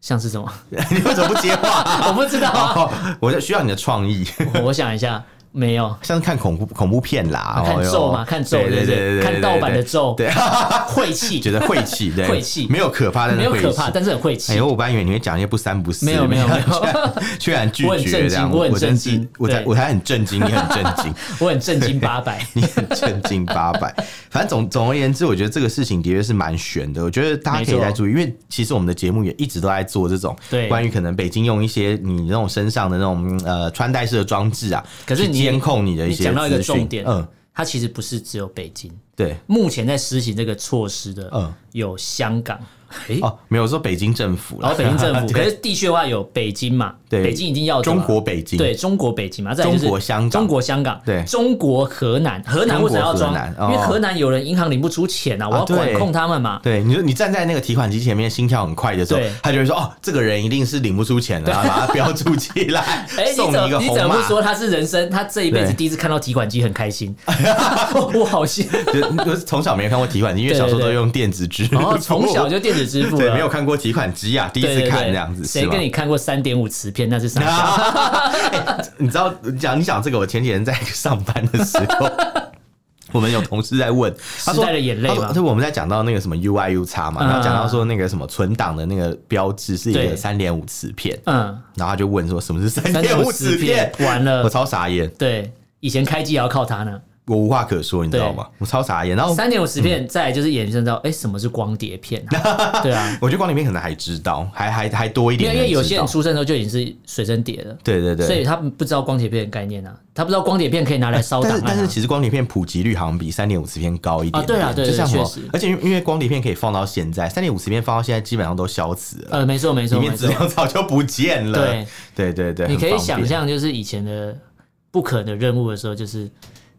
A: 像是什么？
B: 你为什么不接话啊、
A: 我不知道啊，
B: 哦，我就需要你的创意，
A: 我我想一下，没有。
B: 像是看恐怖恐怖片啦，
A: 啊看
B: 哦哟
A: 咒嘛，看咒，
B: 对
A: 对
B: 对
A: 不
B: 对对，对
A: 看盗版的，咒，
B: 对，
A: 晦气，
B: 觉得晦气，对，
A: 晦气
B: 没有可怕，但
A: 没
B: 是
A: 有
B: 晦
A: 可
B: 气
A: 怕，。但是很晦
B: 哎
A: 气。
B: 呦，我本来以为你会讲一些不三不四，
A: 没有没有没有
B: 居然， 居然拒
A: 我很震惊
B: 绝这样，
A: 我很
B: 我
A: 震
B: 真是
A: 惊，
B: 我才
A: 对
B: 我才很震惊，你很震惊。
A: 我很震惊八 百，
B: 你很正经八百。 反正总总而言之，我觉得这个事情的确是蛮悬的。我觉得大家可以
A: 没错
B: 来注意，因为其实我们的节目也一直都在做这种
A: 对
B: 关于可能北京用一些你那种身上的那种呃穿戴式的装置啊，
A: 可是
B: 去
A: 你
B: 监控你的一
A: 你
B: 些
A: 讲到一个
B: 资讯
A: 重点，
B: 嗯，
A: 它其实不是只有北京，
B: 对。
A: 目前在实行这个措施的
B: 嗯，
A: 有香港，诶，
B: 哦，没有说北京政府
A: 哦
B: 啦，
A: 然后北京政 府，可
B: 对
A: 是地区的话有北京嘛，
B: 对
A: 北京已经要
B: 中国北京
A: 对中国北京嘛，再来就是
B: 中国香港
A: 中国香港，
B: 对
A: 中国河南，河南为什么要
B: 中
A: 装
B: 国河南？
A: 因
B: 哦
A: 为河南有人银行领不出钱啊，我要
B: 对
A: 管控他们嘛，
B: 对，你说你站在那个提款机前面，心跳很快的时候
A: 对，
B: 他就会说：“哦，这个人一定是领不出 钱的，然后把他标注起来
A: 哎、，你
B: 送
A: 怎
B: 一个
A: 你
B: 红
A: 怎么不。”
B: 码
A: 说他是人生？他这一辈子
B: 对
A: 第一次看到提款机很开 心，哦我好幸
B: 就 就是从小没看过提款机，因为
A: 对对
B: 小时候都
A: 对
B: 用电 子支付，
A: 然后从小就电子支付
B: 对，
A: 了，
B: 没有看过提款机啊，第一
A: 对
B: 次
A: 对
B: 看
A: 对
B: 这样子，
A: 谁
B: 是吗啊
A: 跟你看过三点五磁片？那是 啥笑？
B: 你知道，你讲你讲这个，我前几天在上班的时候。我们有同事 在问，他说
A: 代的眼泪
B: 他
A: 吗
B: 说对，我们在讲到那个什么 U I U 叉嘛，
A: 嗯
B: 然后讲到说那个什么存档的那个标志是一
A: 对
B: 个三点五磁片，
A: 嗯，
B: 然后他就问说什么是三
A: 三点
B: 点
A: 五
B: 五
A: 磁
B: 磁片
A: 片，，完
B: 我
A: 了。
B: 超傻眼，
A: 对，以前开机也要靠它 呢。
B: 我无话可说，你知道
A: 对
B: 吗？我超傻眼，然后
A: 三点五磁片，再来就是衍生到，哎，什么是光碟片啊？ 对啊，
B: 我觉得光里面可能还知道，还还还多一
A: 因
B: 点
A: 为
B: 人
A: 因
B: 知道，
A: 为有些人出生的时候就已经是随身碟了，
B: 对对对，
A: 所以他们不知道光碟片的概念啊，他不知道光碟片可以拿来烧
B: 但
A: 档
B: 是但
A: 案
B: 是
A: 啊。
B: 其实光碟片普及率好像比三点五磁片高一点
A: 啊对啊对对
B: 就像什
A: 确
B: 么
A: 实，
B: 而且因为因为光碟片可以放到现在，三点五磁片放到现在基本上都消磁了，
A: 呃，没错没
B: 里
A: 错没
B: 面
A: 错
B: 资。料早就不见了。
A: 对
B: 对对对，
A: 你可以
B: 很方
A: 想
B: 便，
A: 象，就是以前的不可能的任务的时候，就是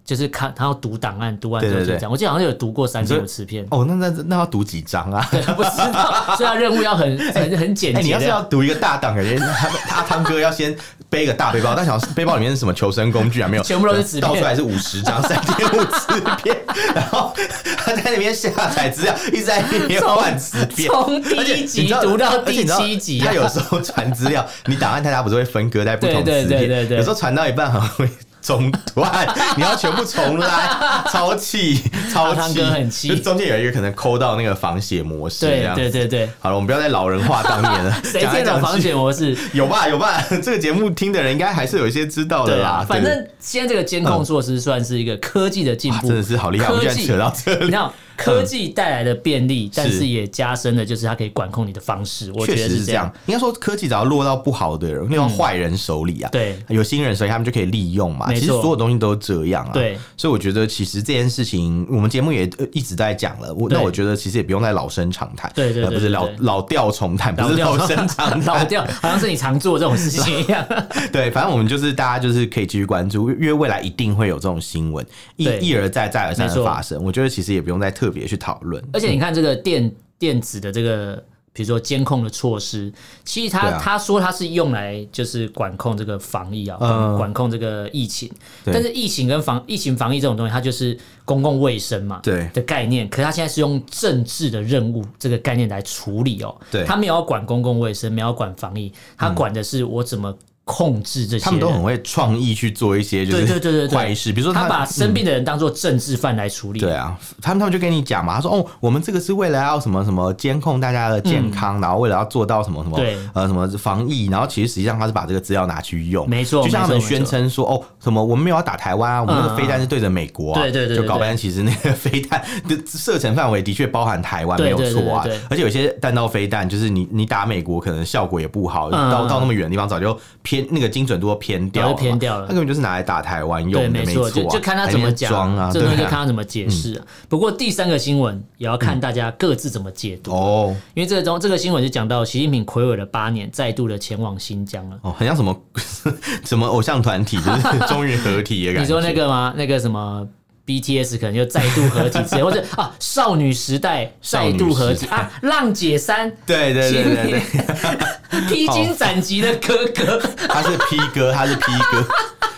A: 就是看他要读档案，读完之后就
B: 对对
A: 这
B: 对
A: 样。我记得好像有读过三
B: 说
A: 点五磁片，
B: 哦，那那那要读几张啊？
A: 对，不知道，所以他任务要很很很简
B: 哎、你
A: 洁
B: 要是要
A: 的。
B: 读一个大档，感觉他他汤哥要先背一个大背包，但想背包里面是什么求生工具啊？没有，
A: 全部都是纸片
B: 倒出来是五十张三点五磁片，然后他在那边下载资料，一直在那边换磁 片，
A: 从第
B: 而且
A: 一
B: 你
A: 集
B: 知道
A: 读到
B: 而且
A: 第
B: 你知道
A: 七集啊
B: 他，有时候传资料，你档案太大不是会分割在不同
A: 对对
B: 磁
A: 对对
B: 片，
A: 对
B: 有时候传到一半好像会中 断，你要全部重拉，超气，超
A: 阿汤
B: 气，
A: 哥很气
B: 就中间有一个可能抠到那个仿写模式这
A: 对
B: 样子
A: 对对对，
B: 好了，我们不要再老人 话当年了，
A: 谁
B: 讲来
A: 见
B: 讲
A: 了
B: 去
A: 防险模式？
B: 有吧有吧， 这个节目听的人应该还是有一些知道的
A: 对
B: 啦
A: 啊，。反
B: 对
A: 正现在这个监控措施算是一个科技的进
B: 哇
A: 步，
B: 嗯啊真的是好厉害，我
A: 科
B: 们居然
A: 技
B: 扯到这
A: 你
B: 里嗯
A: 知。道科技带来的便利，但
B: 是
A: 是也加深了就是它可以管控你的方式，我觉
B: 确
A: 得
B: 实
A: 这嗯
B: 是这样。，应该说科技只要落到不好的人、落到坏人手里啊，
A: 对，
B: 有新人手里他们就可以利用嘛。
A: 没错
B: 其实所有东西都这样啊。
A: 对，
B: 所以我觉得其实这件事情，我们节目也呃一直在讲了。我
A: 对
B: 那我觉得其实也不用再老生常谈，
A: 对对对
B: 呃不是
A: 对
B: 老
A: 对
B: 老调重弹，不
A: 老
B: 是
A: 掉
B: 老生常
A: 老
B: 谈。
A: 掉，好像是你常做这种事情一样。
B: 对，反正我们就是大家就是可以继续关注，因为未来一定会有这种新闻一
A: 对
B: 一而再再而三
A: 没
B: 的
A: 错
B: 发生。我觉得其实也不用再特别去讨论。
A: 而且你看这个电电子的这个。比如说监控的措施，其实他、
B: 对啊
A: 他说他是用来就是管控这个防疫啊，
B: 嗯
A: 管控这个疫情。
B: 对
A: 但是疫情跟防疫情防疫这种东西，它就是公共卫生嘛，
B: 对
A: 的概念。可是他现在是用政治的任务这个概念来处理哦，
B: 对嗯
A: 他没有要管公共卫生，没有要管防疫，他管的是我怎么控制这些人。
B: 他们都很会创意去做一些就
A: 对对对对
B: 是
A: 对
B: 坏事，比如说
A: 他
B: 他
A: 把生病的人当做政治犯来处理。
B: 嗯对啊，他们他们就跟你讲嘛，他说哦，我们这个是为了要什么什么监控大家的健康，然后为了要做到什么什么
A: 嗯对
B: 呃什么防疫，然后其实实际上他是把这个资料拿去用，
A: 没错
B: 就像他们
A: 没错嗯
B: 宣称说哦什么我们没有要打台湾啊，我们那个飞弹是对着美国
A: 嗯
B: 啊，
A: 嗯对对对
B: 就
A: 对
B: 搞半天其实那个飞弹的射程范围的确包含台湾没
A: 对
B: 有
A: 对
B: 错啊
A: 对对对，
B: 而且有些弹道飞弹就是你你打美国可能效果也不好，
A: 嗯
B: 到
A: 嗯
B: 到那么远的地方早就偏那个精准度都偏掉
A: 早
B: 了
A: 就
B: 嘛，
A: 偏掉了
B: 它根本就是拿来打台湾用
A: 对，
B: 的，
A: 没
B: 错
A: 错，
B: 啊，
A: 就就看他
B: 还
A: 怎么
B: 在那边
A: 讲，
B: 装啊，
A: 这
B: 对
A: 东西就
B: 啊嗯
A: 看他怎么解释啊、不过第三个新闻也要看大家各自怎么解读，
B: 哦。
A: 因为这个中这个新闻就讲到习近平魁违了八年，再度的前往新疆了。
B: 哦，很像什么 什么偶像团体，就是 终于合体的感觉。
A: 你说那个吗？那个什么？BTS 可能就再度合体之 类，或者啊少女时代再度合体
B: 少女时代
A: 啊，浪姐三
B: 对？对对对对，
A: 披荆斩棘的哥哥，
B: 他是 P 哥，他是 P 哥，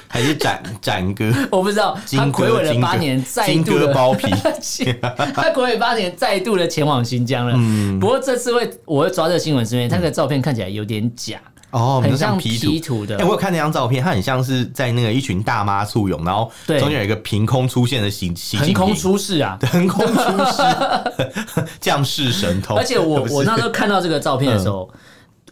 B: 还是展展哥？
A: 我不知道
B: 金
A: 他
B: 哥，
A: 魁违了
B: 金哥
A: 八年，再
B: 金
A: 度
B: 哥
A: 的
B: 包 皮，
A: 他国伟八年再度的前往新疆了。
B: 嗯
A: 不过这次会，我会抓这个新闻是因为他那个照片看起来有点假，
B: 哦，
A: 很
B: 就像
A: 像
B: P
A: 图
B: 图。
A: 的。
B: 哎、我有看那张照片，他很像是在那个一群大妈簇拥，然后
A: 对
B: 中间有一个凭空出现的形形，
A: 横空出世啊！
B: 横空出世， 降世神通。
A: 而且我
B: 哦不是嗯
A: 我那时候看到这个照片的时候，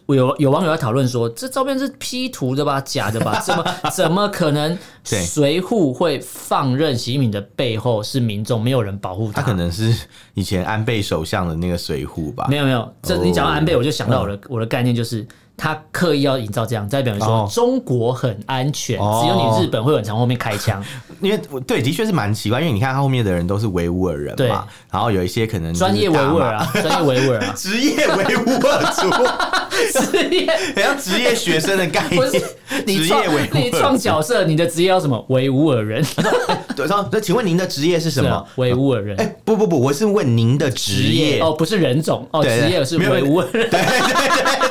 A: 我有有网友在讨论说，这照片是 P 图的吧，假的 吧？怎么怎么可能
B: 对
A: 随扈会放任习近平的背后是民众，没有人保护
B: 他
A: 他？
B: 可能是以前安倍首相的那个水扈吧
A: 没，有没有，这
B: 哦
A: 你讲到安倍，我就想到我的、我的概念就是。他刻意要营造这样，代表你说
B: 哦
A: 中国很安全，
B: 哦
A: 只有你日本会很常后面开 枪，
B: 因为我对，的确是蛮奇怪，因为你看他后面的人都是维吾尔人
A: 对
B: 嘛，然后有一些可能就是
A: 专业维吾尔
B: 大
A: 啊，专业维吾尔
B: 马，
A: 啊，
B: 职业维吾尔族，
A: 职业
B: 很像职业学生的概
A: 不是
B: 念。
A: 你
B: 职业维吾尔
A: 创
B: 族
A: 你创角色，你的职业要什么？维吾尔 人，是
B: 对，然后那请问您的职业是什
A: 啊
B: 么？
A: 维吾尔人
B: 哎、，不不不，我是问您的职业。
A: 哦，不是人种哦，
B: 对
A: 职
B: 对
A: 业是
B: 没有
A: 维吾尔 人，
B: 对对对对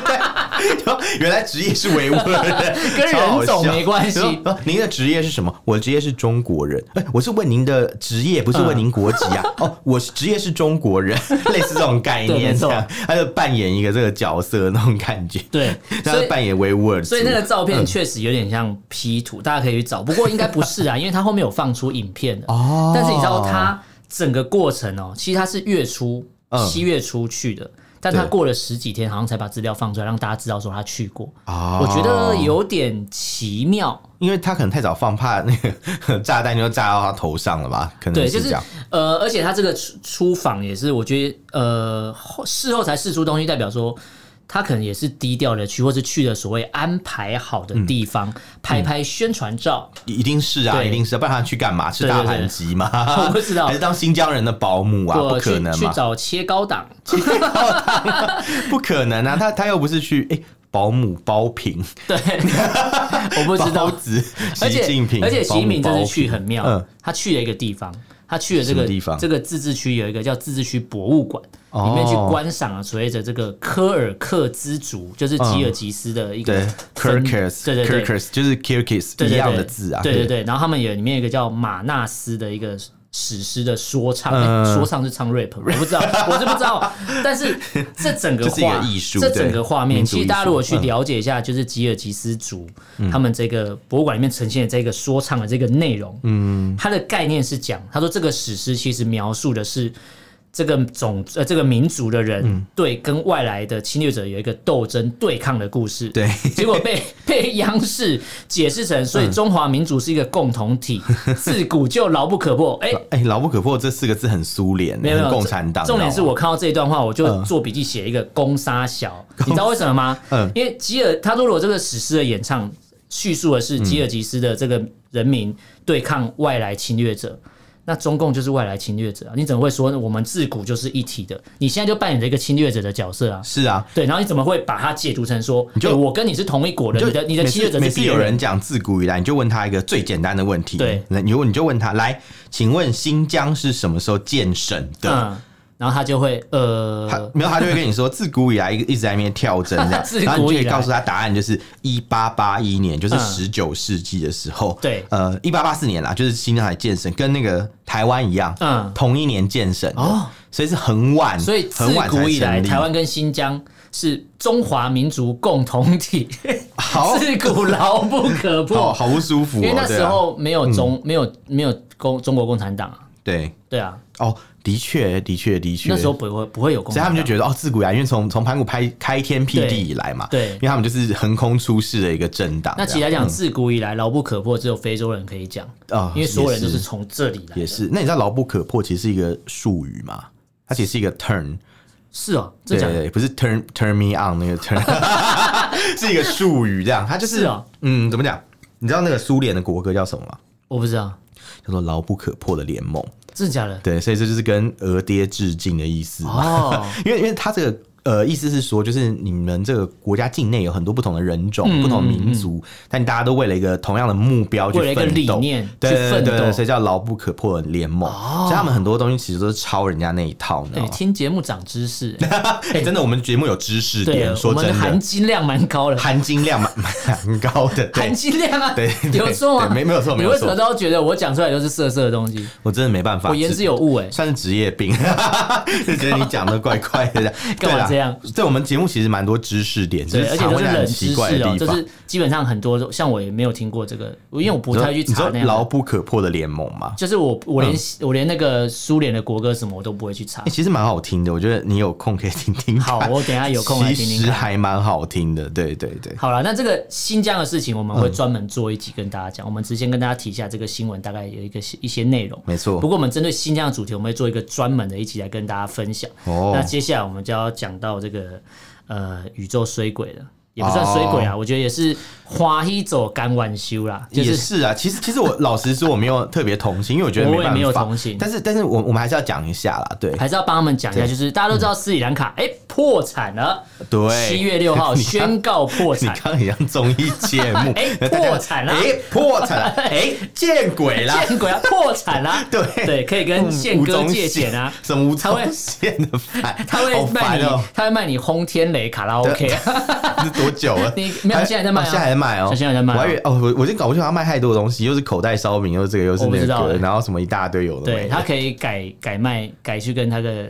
B: 对，原来职业是维吾尔人，
A: 跟
B: 超好
A: 人种
B: 笑
A: 没关系
B: 然后啊您的职业是什么？我的职业是中国人。哎、我是问您的职业，不是问您国籍 啊。哦，我是职业是中国人，类似这种概
A: 对没
B: 念，
A: 错
B: 这样他就扮演一个这个角色那种感觉。
A: 对，
B: 他
A: 所
B: 就
A: 以。
B: 扮演维吾尔族，
A: 所以那个照
B: 嗯
A: 片确实有点像 P 图，大家可以去找。不过应该不是啊，因为他后面有放出影片的。
B: 哦
A: 但是你知道他整个过程哦，其实他是月初
B: 嗯
A: 七月初去的，但他
B: 对
A: 过了十几天，好像才把资料放出来，让大家知道说他去过。
B: 哦
A: 我觉得，有点奇妙。
B: 因为他可能太早放，怕那个炸弹就炸到他头上了吧？可能
A: 对，就
B: 嗯这
A: 是
B: 样。
A: 呃，而且他这个出出访也是，我觉得呃后事后才试出东西，代表说他可能也是低调的去，或是去了所谓安排好
B: 嗯
A: 的地方、拍拍宣传照，
B: 一定是啊，
A: 对
B: 一定是、啊，不然他去干嘛？吃大盘鸡吗？
A: 我不知道
B: 还是当新疆人的保姆啊？
A: 或
B: 不
A: 去
B: 可能
A: 去
B: 嘛？
A: 找切高档，
B: 不可能啊！他他又不是去哎、保姆包平，
A: 对， 我不知道
B: 包。子，
A: 而
B: 习
A: 且
B: 近平，
A: 而且习近平
B: 保
A: 这
B: 姆包
A: 次
B: 平
A: 去很妙，
B: 嗯
A: 他去了一个地方，他去了这
B: 什
A: 个
B: 么地方
A: 这个自治区有一个叫自治区博物馆，
B: 哦
A: 里面去观赏啊，所谓的这个科尔克孜族，就是吉尔吉斯的一个
B: 对 k i r
A: 分
B: k i s
A: 对
B: k
A: 对
B: i r
A: 对
B: k。i s 就是 k i r k i s
A: 对
B: 一
A: 对
B: 样
A: 对
B: 的字啊，
A: 对对对，然后他们有里面有一个叫马纳斯的一个史诗的说唱，
B: 嗯
A: 诶说唱是唱 rap，我不知道，我是不知道。但是这整 个
B: 这是一
A: 画
B: 个艺术
A: 这整个画面，
B: 对
A: 其实大家如
B: 民族艺术嗯
A: 果去了解一下，就是吉尔吉斯族他们这个博物馆里面呈现的这个说唱的这个内容，嗯，它的概念是讲，他说这个史诗其实描述的是。这个种呃，这个民族的
B: 嗯
A: 人对跟外来的侵略者有一个斗争对抗的故事，
B: 对
A: 结果被被央视解释成，
B: 嗯
A: 所以中华民族是一个共同 体，自古就牢不可破。哎、
B: 哎、牢不可破这四个字很苏联，
A: 没有没
B: 很
A: 有，
B: 共产党。啊哦嗯
A: 重重点是
B: 你知道吗
A: 我看到这一段话，我就做笔记写一个“攻杀小”，你知道为什么吗？
B: 嗯
A: 因为吉尔他说，如果这个史诗的演唱叙述的是吉尔吉斯的这个人民对抗外来侵略者。那中共就是外来侵略者啊！你怎么会说我们自古就是一体的？你现在就扮演着一个侵略者的角色啊！
B: 是啊，
A: 对，然后你怎么会把它解读成说，
B: 就
A: 欸我跟你是同一国人，
B: 就
A: 你的你的
B: 每
A: 侵略者
B: 次每
A: 是
B: 次
A: 别嗯
B: 有人讲自古以来，你就问他一个最简单的问题，
A: 对
B: 那你就你就问他来，请问新疆是什么时候建省的？
A: 嗯，然后他就会
B: 他
A: 呃，
B: 没有，他就会跟你说，自古以来一 一直在那边跳针这 样，
A: 自古以来
B: 然后你就可以告诉他答案，就是一八八一年，就是
A: 嗯
B: 十九世纪的时候，
A: 对
B: 呃，一八八四年啦，就是新上海建省，跟那个台湾一样，
A: 嗯
B: 同一年建省的
A: 哦，
B: 所以是很晚，
A: 所以自
B: 很晚才
A: 古以来，
B: 成立
A: 台湾跟新疆是中华民族共同体，
B: 好
A: 自古牢不可
B: 哦 好
A: 破。
B: 好不舒服、哦，
A: 因为那
B: 对
A: 时
B: 啊
A: 候没有中，没有没有共中国共产党啊，
B: 对
A: 对啊，
B: 哦，的确，的确，的确，
A: 那时候嗯不会不会有共
B: 所以
A: 产
B: 他
A: 党，
B: 们就觉得哦，自古以来，因为从从盘古开开天辟
A: 对
B: 地以来嘛，
A: 对
B: 因为他们就是横空出世的一个政党。
A: 那其实来
B: 这样
A: 讲，自古以来牢不可破，只有非洲人可以讲，
B: 嗯啊
A: 因为所有人都
B: 也
A: 是从这里来的。
B: 也是。那你知道“牢不可破”其实是一个术语嘛？它其实是一个 turn，
A: 是哦，这
B: 对
A: 讲
B: 对对，不是 turn turn me on 那个 turn，是一个术语。这样，它就是
A: 是哦
B: 嗯，怎么讲？你知道那个苏联的国歌叫什么吗？
A: 我不知道，
B: 叫做“牢不可破的联盟
A: 真的假”。的？
B: 对，所以这就是跟俄爹致敬的意思嘛。
A: 哦，
B: 因为因为他这个呃意思是说，就是你们这个国家境内有很多不同的人种、
A: 嗯
B: 不同民族，但大家都为了一个同样的目标去
A: 为了
B: 奋
A: 一
B: 斗，
A: 个理念
B: 对
A: 去
B: 对
A: 奋
B: 对对
A: 斗哦
B: 所以叫牢不可破的联盟。所以他们很多东西其实都是抄人家那一套，你知
A: 哎
B: 道吗？
A: 听节目长知 识，哎
B: 哎、真的，我们节目有知识
A: 对
B: 点，，
A: 我
B: 说
A: 们
B: 真
A: 的含
B: 的，
A: 金量蛮高的，
B: 含金量蛮蛮高的， 对
A: 含。金量啊，
B: 对对
A: 有错吗？
B: 对没没有错没
A: 你
B: 有
A: 为什么
B: 错
A: 都觉得我讲出来都是色色的东西？
B: 我真的没办法，
A: 我言之有物哎，
B: 算是职业病，就觉得你讲的怪怪的，
A: 干嘛这样
B: 对啦？对我们节目其实蛮多知识点，就
A: 对，
B: 是
A: 而且
B: 常
A: 都
B: 会
A: 是
B: 让
A: 冷知
B: 人奇
A: 识
B: 怪的
A: 哦，
B: 地
A: 就
B: 方。
A: 是基本上很多都像我也没有听过这个，因为我不
B: 你
A: 太
B: 说
A: 去
B: 你
A: 查
B: 说嗯
A: 那样
B: 牢
A: 的。
B: 不可破的联盟嘛。
A: 就是我，我连、我连那个苏联的国歌什么我都不会去查
B: 欸、。其实蛮好听的，我觉得你有空可以听听看。
A: 好，我等一下有空来听
B: 其
A: 听
B: 实
A: 看。
B: 还蛮好听的，对对对。
A: 好了，那这个新疆的事情，我们
B: 嗯
A: 会专门做一集跟大家讲。我们只先跟大家提一下这个新闻，大概有一个一些内容。
B: 没错
A: 不过我们针对新疆的主题，我们会做一个专门的一集来跟大家分享。
B: 哦
A: 那接下来我们就要讲到这个呃宇宙衰鬼了，也不算衰鬼啊，我觉得也是花一走干晚修啦，就
B: 哦也
A: 是
B: 是啊，其实其实我老实说我没有特别同情，因为我觉得
A: 我
B: 没
A: 也
B: 办法。
A: 没有同情
B: 但是但是我我们还是要讲一下啦，对
A: 还是要帮他们讲一下，
B: 对
A: 就是大家都知道斯里兰卡哎、破产了，
B: 对。
A: 七月六号
B: 你刚
A: 宣告破
B: 你
A: 产。，
B: 刚很像综艺节目
A: 哎
B: 大家
A: 破产啦
B: 哎、破 产了，哎、见鬼啦！
A: 见鬼啊！破产啦、
B: 对
A: 对，可以跟宪哥借钱啊，
B: 什么吴
A: 他会
B: 宗宪的饭，
A: 他会
B: 好
A: 卖
B: 烦
A: 你，
B: 哦、
A: 他会卖你轰天雷卡拉 OK，啊
B: 是多久了？
A: 你没有
B: 还
A: 现在在卖啊
B: 哦现在还在卖哦，
A: 现在还在卖啊
B: 我还以为哦，我我已经搞不清楚他卖太多的东西，又是口袋烧饼，又是这个，又是
A: 我不
B: 那
A: 知道
B: 个，
A: 欸
B: 然后什么一大堆有的没
A: 对他
B: 的。
A: 可以改改卖，改去跟他的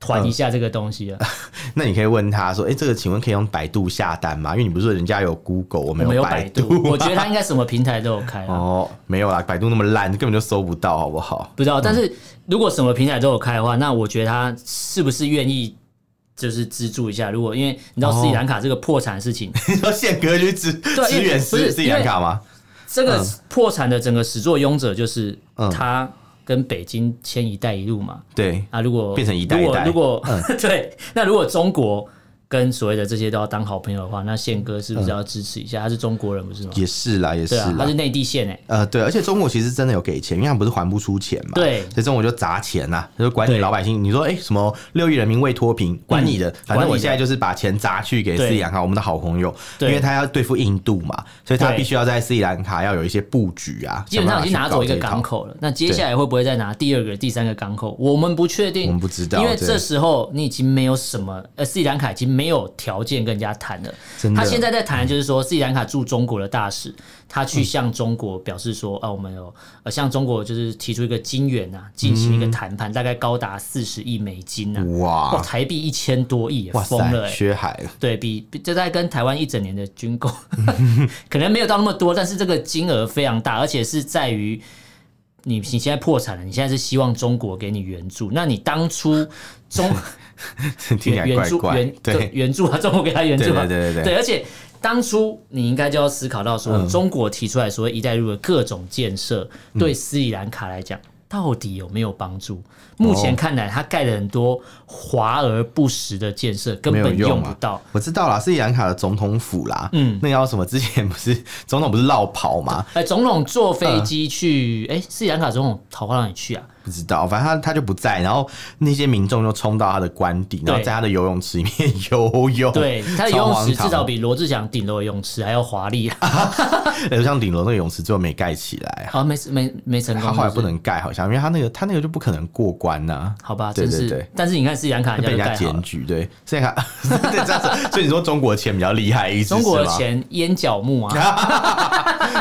A: 团一下这个东西啊 了。
B: 那你可以问他说：“哎，这个请问可以用百度下单吗？因为你不是说人家有 Google，我
A: 我
B: 们
A: 没有
B: 百啊
A: 百度，我觉得他应该什么平台都有开啊，
B: 哦，没有啦，百度那么烂，根本就搜不到，好不好？
A: 不知道。但是如果什么平台都有开的话，那我觉得他是不是愿意？就是资助一下，如果因为你知
B: 哦
A: 道斯里兰卡这个破 产的事情，
B: 你说宪哥去支
A: 对
B: 支
A: 因为
B: 援
A: 不
B: 斯
A: 是
B: 斯里兰卡吗？
A: 这个破产的整个始作俑者就是
B: 嗯
A: 他跟北京签“一带一路”嘛，
B: 对，
A: 啊，如果
B: 变成一代嗯一代
A: 如果如果、 对，那如果中国跟所谓的这些都要当好朋友的话，那宪哥
B: 嗯
A: 是不是要支持一下？他是中国人不是吗？
B: 也是啦，也是
A: 对啊，他
B: 啦
A: 是。内地县哎、
B: 呃，对，而且中国其实真的有给钱，因为他们不是还不出钱嘛，
A: 对
B: 所以中国就砸钱呐、就管你
A: 对嗯
B: 老百姓。你说，哎、什么六亿人民未脱贫，管你的，反
A: 管
B: 正
A: 你
B: 我
A: 的
B: 现在就是把钱砸去给斯里兰卡，我们的好朋友，因
A: 对
B: 为他要对付印度嘛，所以他
A: 对
B: 必须要在斯里兰卡要有一些布局啊，
A: 基本上已经
B: 想
A: 拿
B: 办法
A: 走一
B: 去搞
A: 个
B: 这
A: 港
B: 套。
A: 口了。那接下来会不会再拿第二个、第三个港口？我们不确定，
B: 我们不知道
A: 因为
B: 对
A: 这时候你已经没有什么，呃，斯里兰卡已经没有条件跟人家谈了
B: 真。的
A: 他现在在谈的就是说，斯里兰卡驻中国的大使，他去向中国表示
B: 嗯
A: 说，啊，我们有呃向中国就是提出一个金元啊，进行一个谈判，大概高达四十亿美金啊，哇，
B: 嗯哇
A: 台币一千多亿，也
B: 哇
A: 疯了
B: 塞，
A: 哎、
B: 薛海了，
A: 对比，比这在跟台湾一整年的军购，可能没有到那么多，但是这个金额非常大，而且是在于你你现在破产了，你现在是希望中国给你援助，那你当初中
B: 听起
A: 援
B: 来
A: 援
B: 怪
A: 助
B: 怪
A: 援，对
B: 对，
A: 援助啊，中国给他援助啊，
B: 对对对对对嗯
A: 而且。当初你应该就要思考到说，中国提出来所谓“一带一路”的各种建设，对斯里兰卡来讲到底有没有帮助？目
B: 哦
A: 前看来，他盖了很多华而不实的建设，根
B: 没有
A: 本
B: 用
A: 用
B: 啊
A: 不到。
B: 我知道啦，斯里兰卡的总统府啦，嗯，那叫什么？之前不是 总统不是绕跑嘛？嗯
A: 哎，总统坐飞机去，哎、斯里兰卡总统逃到哪里去啊？
B: 不知道，反正他他就不在，然后那些民众就冲到他的官邸，然后在他的游泳池里面游泳，
A: 对，他的游
B: 超
A: 泳
B: 荒
A: 池至
B: 唐
A: 少比罗志祥顶楼的泳池还要华丽啊！
B: 哎就像顶楼那个泳池最后没盖起来，
A: 好，哦没没没成功，
B: 他后来
A: 是
B: 不
A: 是
B: 能盖，好像因为他那个他那个就不可能过关呐、
A: 好吧，
B: 对
A: 真
B: 对
A: 是
B: 对。
A: 但是你看斯里兰卡
B: 会
A: 人家就
B: 被人家
A: 盖好
B: 检
A: 了，
B: 举，对，这样看，对 这样子，所以你说中国钱比较厉害，意思
A: 中国的
B: 是吗，
A: 钱淹脚木啊！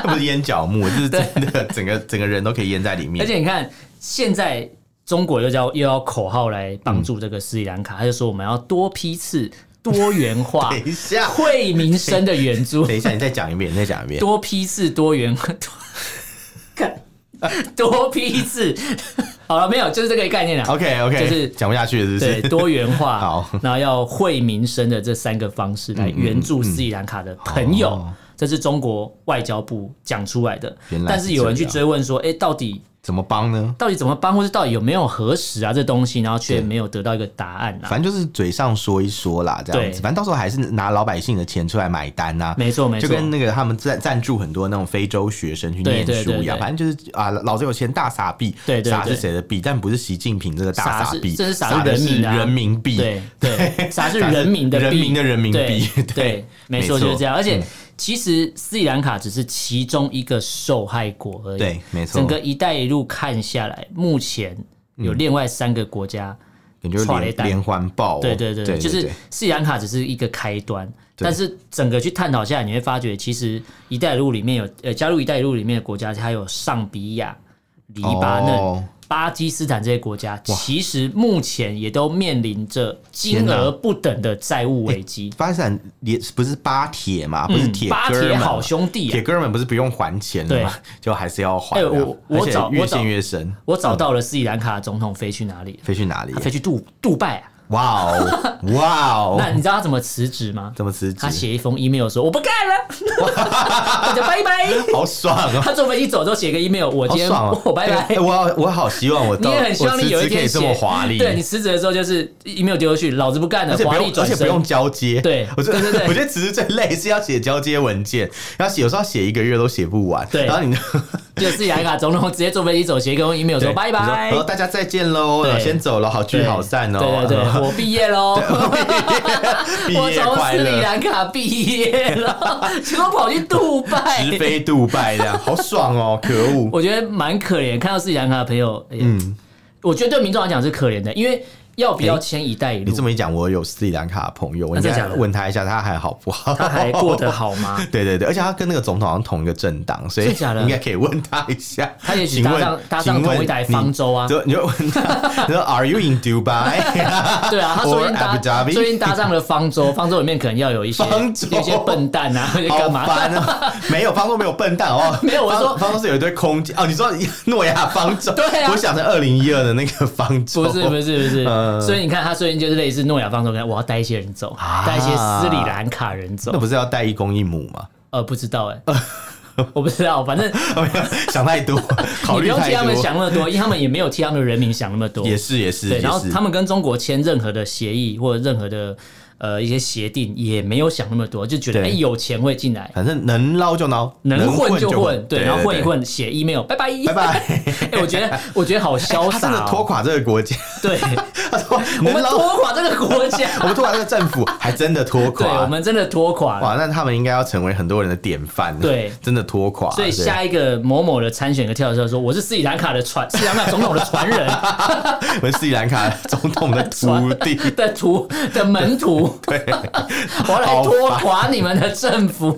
B: 那不是淹脚 木，这是真的，整个整个人都可以淹在里面
A: 而。且你看现在。中国又叫又要口号来帮助这个斯里兰卡，他就说我们要多批次、多元 化、
B: 等一 下，
A: 惠民生的援 助，
B: 等一下，你再讲一遍，你再讲一遍。
A: 多批次、多元化，多看 多批次。 好了，没有，就是这个概念啊。
B: OK OK，
A: 就是
B: 讲不下去了，是不
A: 对，
B: 是？
A: 多元化，
B: 好，嗯
A: 然后要惠民生的这三个方式来援助斯里兰卡的朋友，
B: 哦
A: 这是中国外交部讲出来的
B: 原。来
A: 但
B: 是
A: 是有人
B: 这
A: 去
B: 样
A: 追问说，哎、到底
B: 怎么帮呢？
A: 到底怎么帮，或是到底有没有核实啊这东西，然后却
B: 对
A: 没有得到一个答案啊。
B: 反正就是嘴上说一说啦，这样
A: 对
B: 子。反正到时候还是拿老百姓的钱出来买单呐、
A: 没错，没
B: 就
A: 错，
B: 跟那个他们赞赞助很多那种非洲学生去
A: 对
B: 念
A: 对
B: 书
A: 对
B: 一样，
A: 对
B: 反正就是啊，老子有钱大撒币，
A: 对对
B: 撒
A: 对
B: 是谁的币？但不是习近平这个大
A: 傻
B: 傻
A: 是
B: 币，
A: 这是
B: 撒
A: 傻
B: 的
A: 人
B: 是
A: 民啊，
B: 人民币，
A: 对 对，傻是人民的币
B: 人民的人民币
A: 对
B: 对
A: 对，没错
B: 没错嗯
A: 就是这样。而且其实斯里兰卡只是其中一个受害国而已，
B: 对没错
A: 整个“一带一路”看下来，目前有另外三个国家，
B: 感觉
A: 耍雷
B: 连
A: 弹
B: 连环嗯爆哦、
A: 对对对，
B: 对，
A: 就是
B: 对
A: 斯里兰卡只是一个开端，但是整个去探讨下来，你会发觉其实“一带一路”里面有呃加入“一带一路”里面的国家，它有上比亚、黎巴嫩。
B: 哦
A: 巴基斯坦这些国家，其实目前也都面临着金额不等的债务危机。
B: 巴基斯坦也不是巴铁嘛，不是铁
A: 嗯
B: 啊
A: 巴
B: 哥
A: 铁
B: 们
A: 好
B: 嘛，
A: 兄弟、
B: 铁
A: 啊，
B: 哥们不是不用还钱了吗？就还是要还
A: 哎
B: 的，啊
A: 我我
B: 而且
A: 找
B: 越
A: 我找
B: 陷越深。
A: 我找到了斯里兰卡总统飞去哪里了？
B: 飞去哪里
A: 他？啊飞去杜杜拜啊！
B: 哇哦，哇
A: 那
B: 嗯哦，
A: 你知道他怎么辞职吗？
B: 怎么辞职
A: 他？写一封 email 说我不干了， 我就拜 拜。
B: 好爽哦！
A: 他坐飞机走之后写个 email，我
B: 好
A: 今天
B: 爽哦！
A: 我拜
B: 哎
A: 拜。
B: 我我好希望我
A: 你
B: 到
A: 也很希
B: 我
A: 望你
B: 辞
A: 有一
B: 职可
A: 天
B: 以
A: 写
B: 这么华丽，
A: 对你辞职的时候就是 email 丢出去，老子不干了
B: 而，且不
A: 华
B: 用
A: 丽，
B: 而
A: 转
B: 且不
A: 身
B: 用。交接。
A: 对
B: 我觉得
A: 对对对
B: 我觉得其实最累是要写交接文件，然后写有时候写一个月都写不完。
A: 对
B: 然后你
A: 就斯里兰卡总统直接坐飞机走，写一封 email 说拜拜
B: 然。后哦大家再见喽，然后
A: 对
B: 先走了，好聚
A: 对
B: 呃好散哦。
A: 对对 对，我毕业喽，
B: 毕
A: 我
B: 业
A: 从
B: 快
A: 斯里
B: 乐，
A: 兰卡毕业了， 结果跑去杜拜。
B: 直飞杜 拜这样，好爽哦！可恶，
A: 我觉得蛮可怜，看到斯里兰卡的朋友，嗯，我觉得对民众来讲是可怜的，因为要不要签“一带一
B: 你
A: 路
B: 这”，么一讲，我有斯里兰卡的朋友，我
A: 啊
B: 应
A: 真的
B: 该
A: 假的
B: 问他一下，他还好不好？
A: 他还过得好吗？
B: 对对对，而且他跟那个总统好像同一个政党，所以
A: 真的假的
B: 应该可以问他一下。
A: 他也许
B: 请
A: 搭
B: 问
A: 上搭上
B: 请问
A: 同一台方舟啊
B: 你就你 就问他，你说 Are you in Dubai？
A: 对啊， 他
B: Or
A: 最近
B: Abu
A: 搭
B: Dhabi
A: 最近搭上了方舟， 方舟里面可能要有一些
B: 方舟
A: 有一些笨蛋啊，或 者
B: 好
A: 干嘛？
B: 烦啊！没有方舟没有笨蛋哦，
A: 没有我
B: 方
A: 说
B: 方舟是有一堆空间哦。你说诺亚方舟？
A: 对啊
B: 我想成二零一二的那个方舟，
A: 不是不是不是，
B: 嗯
A: 所以你看他最近就是类似诺亚方舟，我要带一些人走，带一些斯里兰卡人走
B: 啊那，不是要带一公一母吗？
A: 呃，不知道哎、我不知道，反正
B: 没有想太 多，
A: 你
B: 考
A: 不
B: 虑
A: 用替
B: 太
A: 他们
B: 多。
A: 想那么多，因为他们也没有替他们的人民想那么多。
B: 也是也是，
A: 对，
B: 也
A: 然后
B: 是
A: 他们跟中国签任何的协议或者任何的呃一些协定，也没有想那么多，就觉得哎、
B: 对
A: 有钱会进来，
B: 反正能捞就捞，
A: 能混
B: 混
A: 就
B: 混
A: 混，，对，然后混一。混，写 email，拜拜
B: 拜。拜！
A: 哎，我觉得我觉得好潇
B: 他真的
A: 洒
B: 拖
A: 哦，
B: 垮这个国家，
A: 对，
B: 他拖
A: 我
B: 能
A: 们
B: 捞，
A: 拖垮这个国 家，
B: 我们拖垮这个政府，还真的拖
A: 对，我
B: 垮。
A: 们真的拖垮了。
B: 哇，那他们应该要成为很多人的典范。
A: 对
B: 真的拖垮。
A: 所以
B: 对
A: 下一个某某的参选的跳的时候说我是斯里兰卡的传， 斯里兰卡总统的传人
B: 我们斯里兰卡总统的徒弟，
A: 的徒的门徒，
B: 对，
A: 我要来拖垮你们的政府。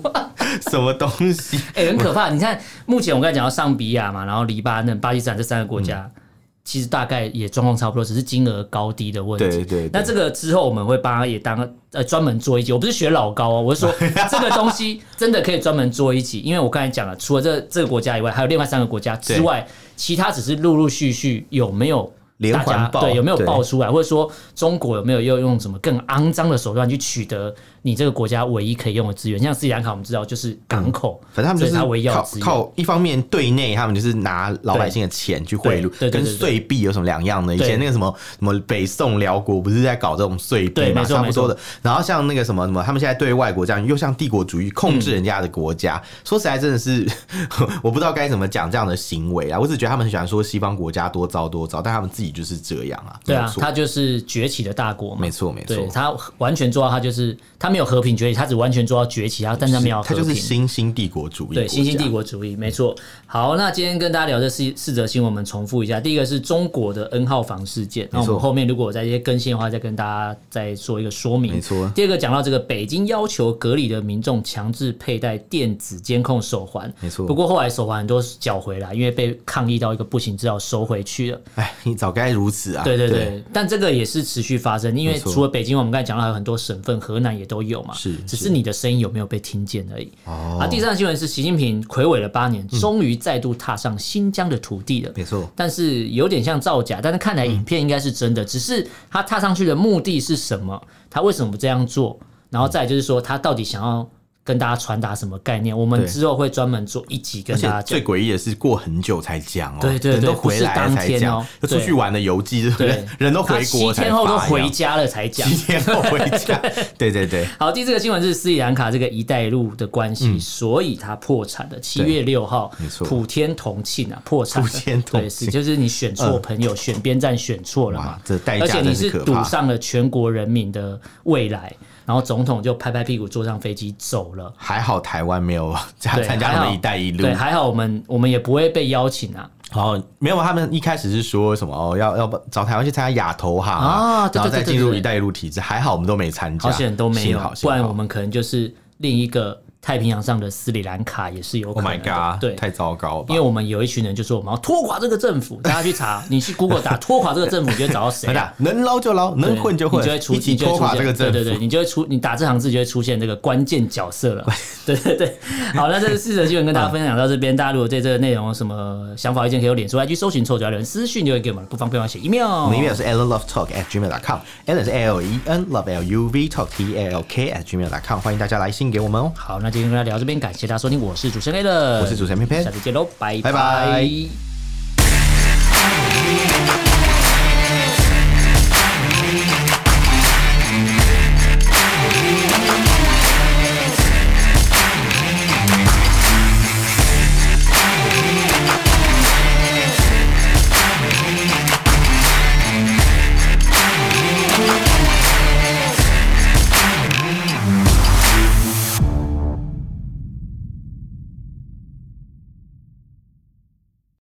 B: 什么东西？
A: 哎、很可怕。你看，目前我刚才讲到上比亚嘛，然后黎巴嫩、巴基斯坦这三个国家，
B: 嗯
A: 其实大概也状况差不多，只是金额高低的问题。
B: 对对对
A: 那这个之后我们会帮他也当呃专门做一集，我不是学老高哦，我是 说这个东西真的可以专门做一集，因为我刚才讲了，除了这这个国家以外，还有另外三个国家之外，其他只是陆陆续续有没有
B: 连
A: 大家
B: 环爆
A: 对有没有
B: 对
A: 爆出来，或者说中国有没有又用什么更肮脏的手段去取得你这个国家唯一可以用的资源？像斯里兰卡，我们知道就是港口，
B: 反正他们
A: 所
B: 就
A: 以它唯一
B: 是
A: 要
B: 靠
A: 资源
B: 靠一方面对内，他们就是拿老百姓的钱去贿赂
A: 对对对，对
B: 跟
A: 对
B: 岁币有什么两样呢？以
A: 对
B: 前那个什么什么北宋辽国不是在搞这种岁
A: 对
B: 币嘛，
A: 没错
B: 差不多的。然后像那个什么什么，他们现在对外国这样，又像帝国主义控制人家的国
A: 嗯
B: 家，说实在真的是 我不知道该怎么讲这样的行为啊。我只觉得他们很喜欢说西方国家多糟多糟，但他们自己就是这样啊。
A: 对
B: 没
A: 啊，
B: 错
A: 它就是崛起的大国嘛，
B: 没错没错
A: 对，它完全做到它就是它没有和平崛起，它只完全做到崛起，它但它没有
B: 它
A: 和
B: 就是
A: 平。
B: 新兴帝国主义，
A: 对，新兴帝
B: 国
A: 国主义，没错。好，那今天跟大家聊这四四则新闻，我们重复一下。第一个是中国的 N 号房事件，那我们
B: 错
A: 后面如果有在一些更新的话，再跟大家再做一个说明。
B: 没错
A: 第二个讲到这个北京要求隔离的民众强制佩戴电子监控手环，
B: 没错
A: 不过后来手环很多缴回来，因为被抗议到一个不行，只好收回去了。
B: 家。哎，你早该如此啊！
A: 对对对，但这个也是持续发生，因为
B: 没错
A: 除了北京，我们刚才讲到还有很多省份，河南也都有嘛，
B: 是
A: 只是
B: 是
A: 你的声音有没有被听见而已。
B: 哦嗯
A: 啊，第三个新闻是习近平魁违了八年，终于再度踏上新疆的土地了。
B: 没错。
A: 但是有点像造假，但是看来影片应该是真的，只是他踏上去的目的是什么？他为什么不这样做？然后再来就是说，他到底想要跟大家传达什么概念？我们
B: 对
A: 之后会专门做一集跟
B: 而
A: 大
B: 且
A: 家讲
B: 最。诡异的是，过很久才讲哦，
A: 对对对
B: 人都回来了
A: 不是当
B: 才
A: 天
B: 讲
A: 哦，
B: 就出去玩的游记，对不对？ 人都
A: 他
B: 回
A: 七
B: 国才
A: 天后都
B: 发一啊样
A: 回，家了才讲
B: 七。天后回 家，对对对，
A: 好，第四个新闻是斯里兰卡这个“一带一路”的关系，所以它破产了。七月六号
B: 嗯没，错
A: 普天同庆啊，破产了。
B: 普天同
A: 对，
B: 庆嗯
A: 是就是你选错朋友，选边站选错了嘛
B: 哇，这代
A: 而
B: 价
A: 且你
B: 真
A: 是
B: 是可
A: 赌
B: 怕。
A: 上了全国人民的未来，然后总统就拍拍屁股坐上飞机走了。
B: 还好台湾没有参
A: 对，
B: 参加
A: 还
B: 他
A: 好
B: 们“一带一路
A: 对，”，还好我们我们也不会被邀请啊。
B: 然后没有他们一开始是说什么哦，要要找台湾去参加亚投行
A: 啊
B: 啊，
A: 对对
B: 然后
A: 对
B: 再
A: 对
B: 进入“
A: 对
B: 一带一路”体制，还好我们都没参加，
A: 好险都没
B: 啊幸
A: 有
B: 好，幸
A: 不然
B: 好
A: 我们可能就是另一个太平洋上的斯里兰卡也是有可
B: Oh
A: 能
B: my
A: 的。
B: god，
A: 对，
B: 太糟糕了吧
A: 因为。我们有一群人就说我们要拖垮这个政府，大家去查，你去 Google 打拖垮这个政府，你就会找到 谁
B: 真
A: 啊？
B: 的，能捞就捞，能
A: 对
B: 混就混，
A: 你就会出，
B: 一起
A: 你就会
B: 拖
A: 出
B: 垮
A: 现
B: 这个政府。
A: 对对对，你就会出，你打这行字就会出现这个关键角色 了。对对对，好，那这是四则新闻跟大家分享到这边，大家如果对这个内容有什么想法意见，可以用脸书来去搜寻臭脚人私讯留言给我们，不方便的话写 email
B: 我。们 email 是 allenlovetalk at gmail.com，allen 是 L E N love L U V talk T A L K at gmail.com，欢迎大家来信给我们哦。
A: 好，那今天跟大家聊到这边，感谢大家收听，我是主持人 a l l
B: 我是主持人偏偏
A: 下次见喽，拜
B: 拜拜